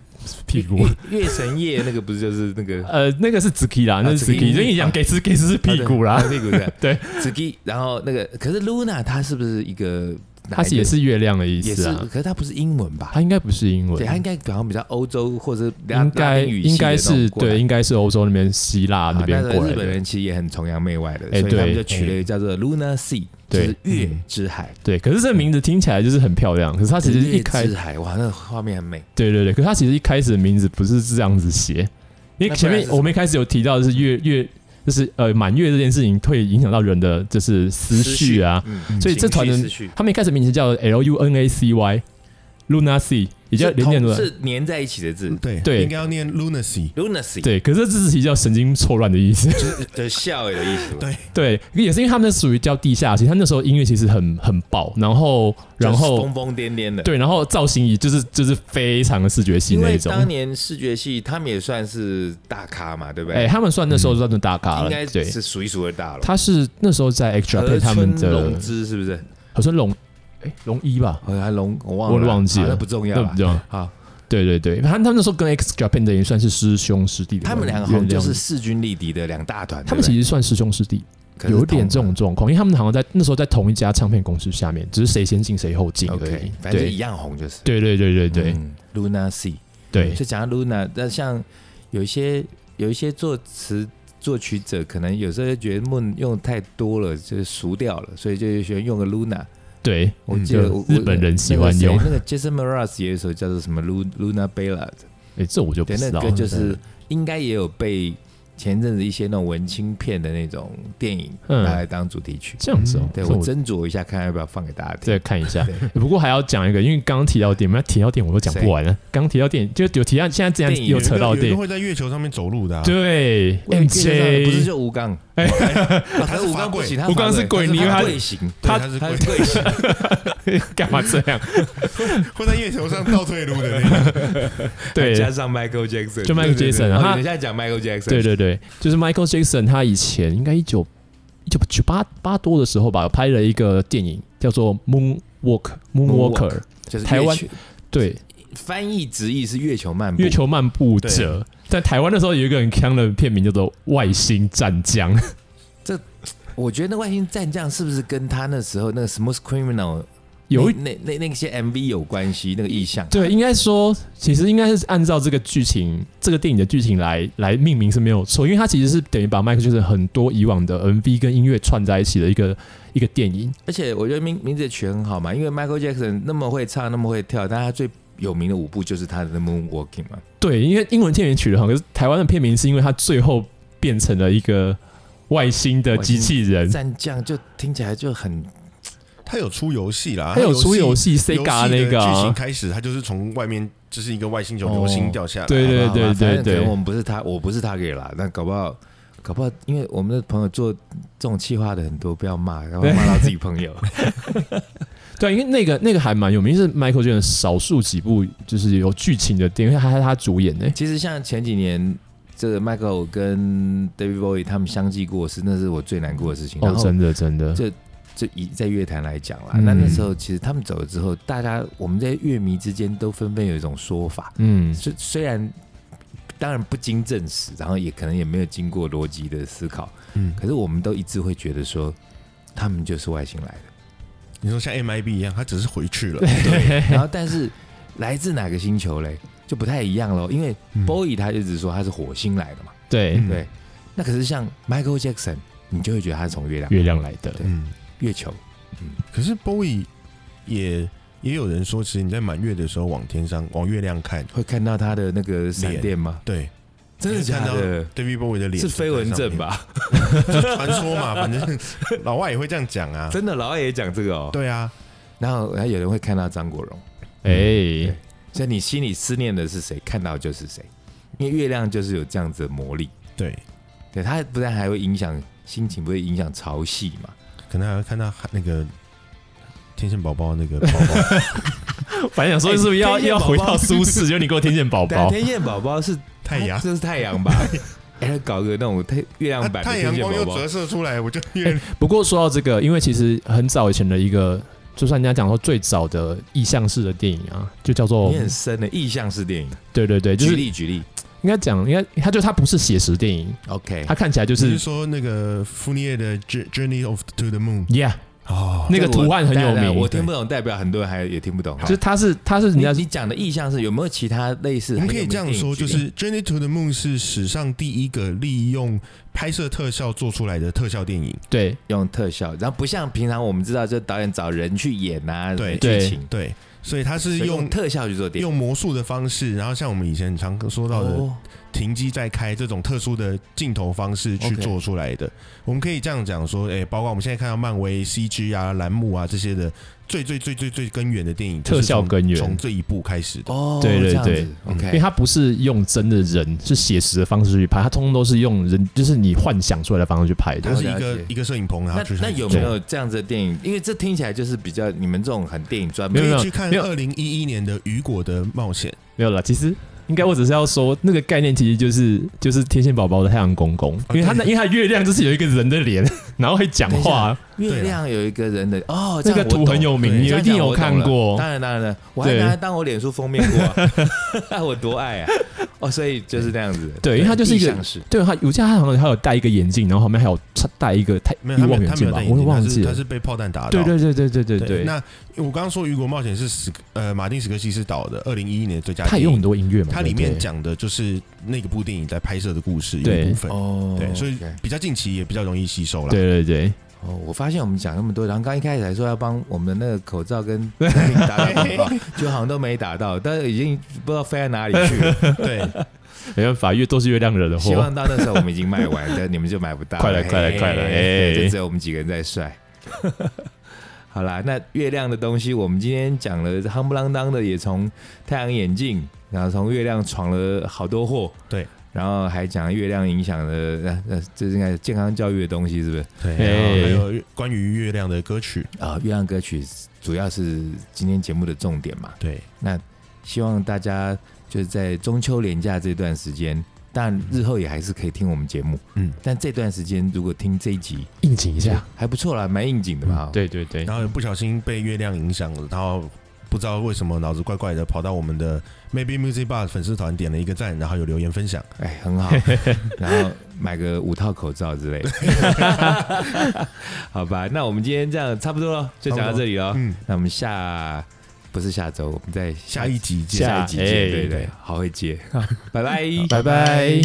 屁股。
月月神夜那个不是就是那个
呃，那个是 z k i 啦，那是 z
Zuki
k i 所以你讲给是给是是屁股啦，
屁股的
对，
自己。然后那个可是 Luna 它是不是一个？
它是也是月亮的意
也
思
是，
啊。
可是它不是英文吧？
它应该不是英文
对，，它应该好像比较欧洲或者拉
应该
拉丁语系的
应该是
那种过来
对，应该是欧洲那边希腊
啊
那边
那
过
个
来
日本
的。
人其实也很崇洋媚外的，
哎
所以他们
对
就取了一个叫做 Luna Sea，就
对
是月之海。
对，可是这名字听起来就是很漂亮，可是它其实一开
月之海，哇，那个画面很美。
对对对，可是他其实一开始的名字不是这样子写，因为前
那不然是
面
什么
我们一开始有提到的是月月，就是呃满月这件事情会影响到人的就是思绪啊，
嗯
所以这团人
情绪思绪
他们一开始名字叫 L U N A C Y Luna C，也叫
是
连念
同
出来。
是粘在一起的嗯字
对
对
应该要念 lunacy，
，lunacy，
对，可是这字其实叫神经错乱的意思。
就是笑的意思嘛。
对
对，也是因为他们属于叫地下，其实他那时候音乐其实很很爆，然后然
就是
后
疯疯癫癫的。，
对，然后造型也就是就是非常的视觉系
因
那一
为
种。
当年视觉系他们也算是大咖嘛，对不
哎、
对？
他们算那时候算是大咖了，
应该
对，
是数一数二大了。
他是那时候在 X Japan
和
他们
村
的
龙之是不是？
好像龙，哎，龙一吧，
和还龙我忘
我
了，
都忘记
好
了，
那不重要
那
了
不。重要
好，
对对对，他他们那时候跟 X Japan 的也算是师兄师弟的
他
关系，
们两个好像就
原
是
谅
势均力敌的两大团。
他们其实算师兄师弟，
实
有点这种状况，因为他们好像在那时候在同一家唱片公司下面，只是谁先进谁后进而
OK，
已。
反正就一
对
样红就是。
对对对对对
嗯，Luna 嗯 C，
对
就讲到 Luna，那像有一些有一些作词作曲者，可能有时候就觉得 Moon 用太多了，就是俗掉了，所以就喜欢用个 Luna。
对，
我记
嗯就
得我
日本人喜欢用
那个谁那个 Jason Mraz 也有一首叫做什么 Lu- Luna Bella，的
哎，这我就不
对，
知
那
道
歌
了。
就是应该也有被前阵子一些那种文青片的那种电影
嗯
拿来当主题曲。
这样子哦，
嗯对
这
我斟酌一下，看要不要放给大家听。
再看一下
对。
不过还要讲一个，因为刚刚提到电影，那提到电影我都讲不完了。刚提到电影，就有提到现在之
电
前
影
有扯到
有一
电
个
影，
会在月球上面走路的啊，
对
我也记得上了不是
，MJ
就吴刚，哦
啊
他
他
是
是
吴
法
刚不
贵，
行，他
哎吴刚是鬼
你
你以为他
贵型，
对
他
他是
他
贵
是，贵型，
干嘛这 样？
会在月球上倒退路的那 个，
对，
加上 Michael Jackson，
就 Michael
对对对
Jackson 啊
哦
他
你现在讲 Michael Jackson，
对对对，就是 Michael Jackson，他以前应该一九一九九八八多的时候吧，拍了一个电影叫做《Moonwalk Moonwalker》，
就是
台湾
月球
对，
翻译直译是月球漫步，
月球漫步者。在台湾那时候有一个很坑的片名叫做《外星战 将》，
我觉得那外星战将是不是跟他那时候那个 Smooth Criminal
有一
那那那那些 MV 有关系？那个意象，
对，应该说其实应该是按照这个剧情，这个电影的剧情来来命名是没有错，因为它其实是等于把 Michael Jackson 很多以往的 MV 跟音乐串在一起的一个一个电影。
而且我觉得名名字也取得很好嘛，因为 Michael Jackson 那么会唱，那么会跳，但他最有名的舞步就是他的 Moonwalking 嘛。
对，因为英文片名取得好，可是台湾的片名是因为它最后变成了一个外星的机器人，
战将就听起来就很
他有出游戏啦，
它有出游
游戏
戏 Sega
游戏
那
的
个、
剧情
啊，
开始，他就是从外面就是一个外星球流星
哦
掉下来，
对对
好吧好
对对
吧反正可能
对
我们不是他，我不是他给啦，但搞不好。搞不好，因为我们的朋友做这种企划的很多，不要骂，然后骂到自己朋友。
对，因为那个那个还蛮有名，是 Michael Jordan 少数几部就是有剧情的电影，因为他他他主演呢、
其实像前几年，这个 Michael 跟 David Bowie 他们相继过世，那是我最难过的事情。然
哦，
后
真的真的
这，就以在乐坛来讲啦，
嗯
那那时候其实他们走了之后，大家我们在乐迷之间都纷纷有一种说法，
嗯，
虽虽然当然不经证实，然后也可能也没有经过逻辑的思考，
嗯，
可是我们都一致会觉得说，他们就是外星 来的。
你说像 MIB 一样，他只是回去了，
然后但是来自哪个星球嘞，就不太一样喽，因为
嗯
Bowie 他一直说他是火星来的嘛，
对，
嗯
对。那可是像 Michael Jackson，你就会觉得他是从月亮、
月亮来的，
嗯，
月球，
可是 Bowie 也也有人说，其实你在满月的时候往天上往月亮看，
会看到他的那个闪
脸
电吗？
对
真的
你
假
看到
的？
，David Bowie 的脸
是飞蚊症吧？
就传说嘛，反正 老外也会这样讲啊。
真的，老外也讲这个哦。
对啊，
然后，然后有人会看到张国荣，
哎、
所以你心里思念的是谁，看到就是谁，因为月亮就是有这样子的魔力，
对，
对它不但还会影响心情，不会影响潮汐嘛。
可能还会看到那个天线宝宝那个宝 宝，
反正想说是不是要、
哎天线
要
宝宝啊
回到苏 轼，就你给我天线宝
但
宝，
天线宝宝是
太阳
这是太 阳吧？哎，他搞个那种太月亮
它
版的
太
天
阳
线
光又
宝哎宝
折，射出来，我就越
不过说到这个，因为其实很早以前的一个，就算人家讲说最早的意象式的电影啊，就叫做
你很深的意象式电影。
对对对，就
举
是
例举例
应该讲，应该它就它不是写实电影，
，OK，
它看起来就
你是
是
说那个傅尼叶的 Jour- Journey of to the Moon
yeah
哦，
那个
这我
图案很有
当然
名
我听不懂，代表很多人还也听不懂。
就是它是它是人
你
家
你讲的意象是有没有其他类似
我
很有
们
名
可以
的
这
电影举例？
样说，就是 Journey to the Moon 是史上第一个利用拍摄特效做出来的特效电影。
对
用特效，然后不像平常我们知道，就导演找人去演啊，
对
剧情，
对，所以它是
所以
用
用特效去做电影。
用魔术的方式，然后像我们以前常说到的
哦
停机再开这种特殊的镜头方式去
OK
做出来的。我们可以这样讲说，哎、包括我们现在看到漫威 CG 啊、栏目啊这些的最最最最最根源的电影，就是
特效
从
根源
从这一步开始的。
哦，
对对
这样
对
子
嗯
因为
，OK，
它不是用真的人，是写实的方式去拍，它通通都是用人，就是你幻想出来的方式去拍
它
的。
是一
了
个
解
一个摄影棚，然后
那
去
那有没有这样子的电影？因为这听起来就是比较你们这种很电影专
可
门
没有
以去看
没有
二零一一年的《雨果的冒险》。
没有了，其实应该我只是要说，那个概念其实就是就是天线宝宝的太阳公公，
哦
因为他那因为他月亮就是有一个人的脸， 然后会讲
等一
话
下，月亮有一个人的哦，这
啊那
样
个
我懂
图很有名，
对
你
这
一
样
定
讲
有
我懂
看
了
过。
当然当然了，我还
对
拿它当我脸书封面过 啊，我多爱啊！哦，所以就是那样子的，
对因为它就是一个
意象式
对，他有家他好像还有戴一个眼镜，然后旁边还有插戴一个太
没
一
有，他
望
没有，
远
他没
镜
有
吧
戴，眼
我
镜，
忘
他
记
是
了
他。是被炮弹打到。
对对对对对对对，
那我刚刚说《雨果冒险》是史呃马丁史克西斯导的二零一一年的最佳
他
电
也
影
用很，多音乐嘛，
它
对
里
不对
面讲的就是那个部电影在拍摄的故事一
对
部分。
哦
对，所以
OK
比较近期也比较容易吸收啦。
对对对，
哦，我发现我们讲那么多，然后刚一开始还说要帮我们的那个口罩跟 产品打个广告，就好像都没打到，但是已经不知道飞到哪里去 了。
对，
没办法，越都是月亮惹的
希
祸
望。到那时候我们已经卖完，但你们就买不到。
快了
嘿
快了快了哎
就只有我们几个人在帅。 好啦，那月亮的东西，我们今天讲了，夯不啷当的，也从太阳眼镜，然后从月亮闯了好多祸，
对，
然后还讲月亮影响了，呃呃，这是应该是健康教育的东西，是不是？
对，
哎
然后还有关于月亮的歌曲，
啊、月亮歌曲主要是今天节目的重点嘛。
对，
希望大家就是在中秋连假这段时间，但日后也还是可以听我们节目。
嗯，
但这段时间如果听这一集，
应景一下，
还不错啦，蛮应景的
嗯
嘛。，哦
对对对，
然后不小心被月亮影响了，然后不知道为什么脑子怪怪的，跑到我们的 Maybe Music Bar 粉丝团点了一个赞，然后有留言分享，
哎，很 好。然后买个五套口罩之类的。 好吧，那我们今天这样差不多了，就讲到这里
啊
了。
嗯，
那我们下不是下周，我们在
下一集见。
下一集见。
下哎
对对，好会接。拜拜，
拜拜。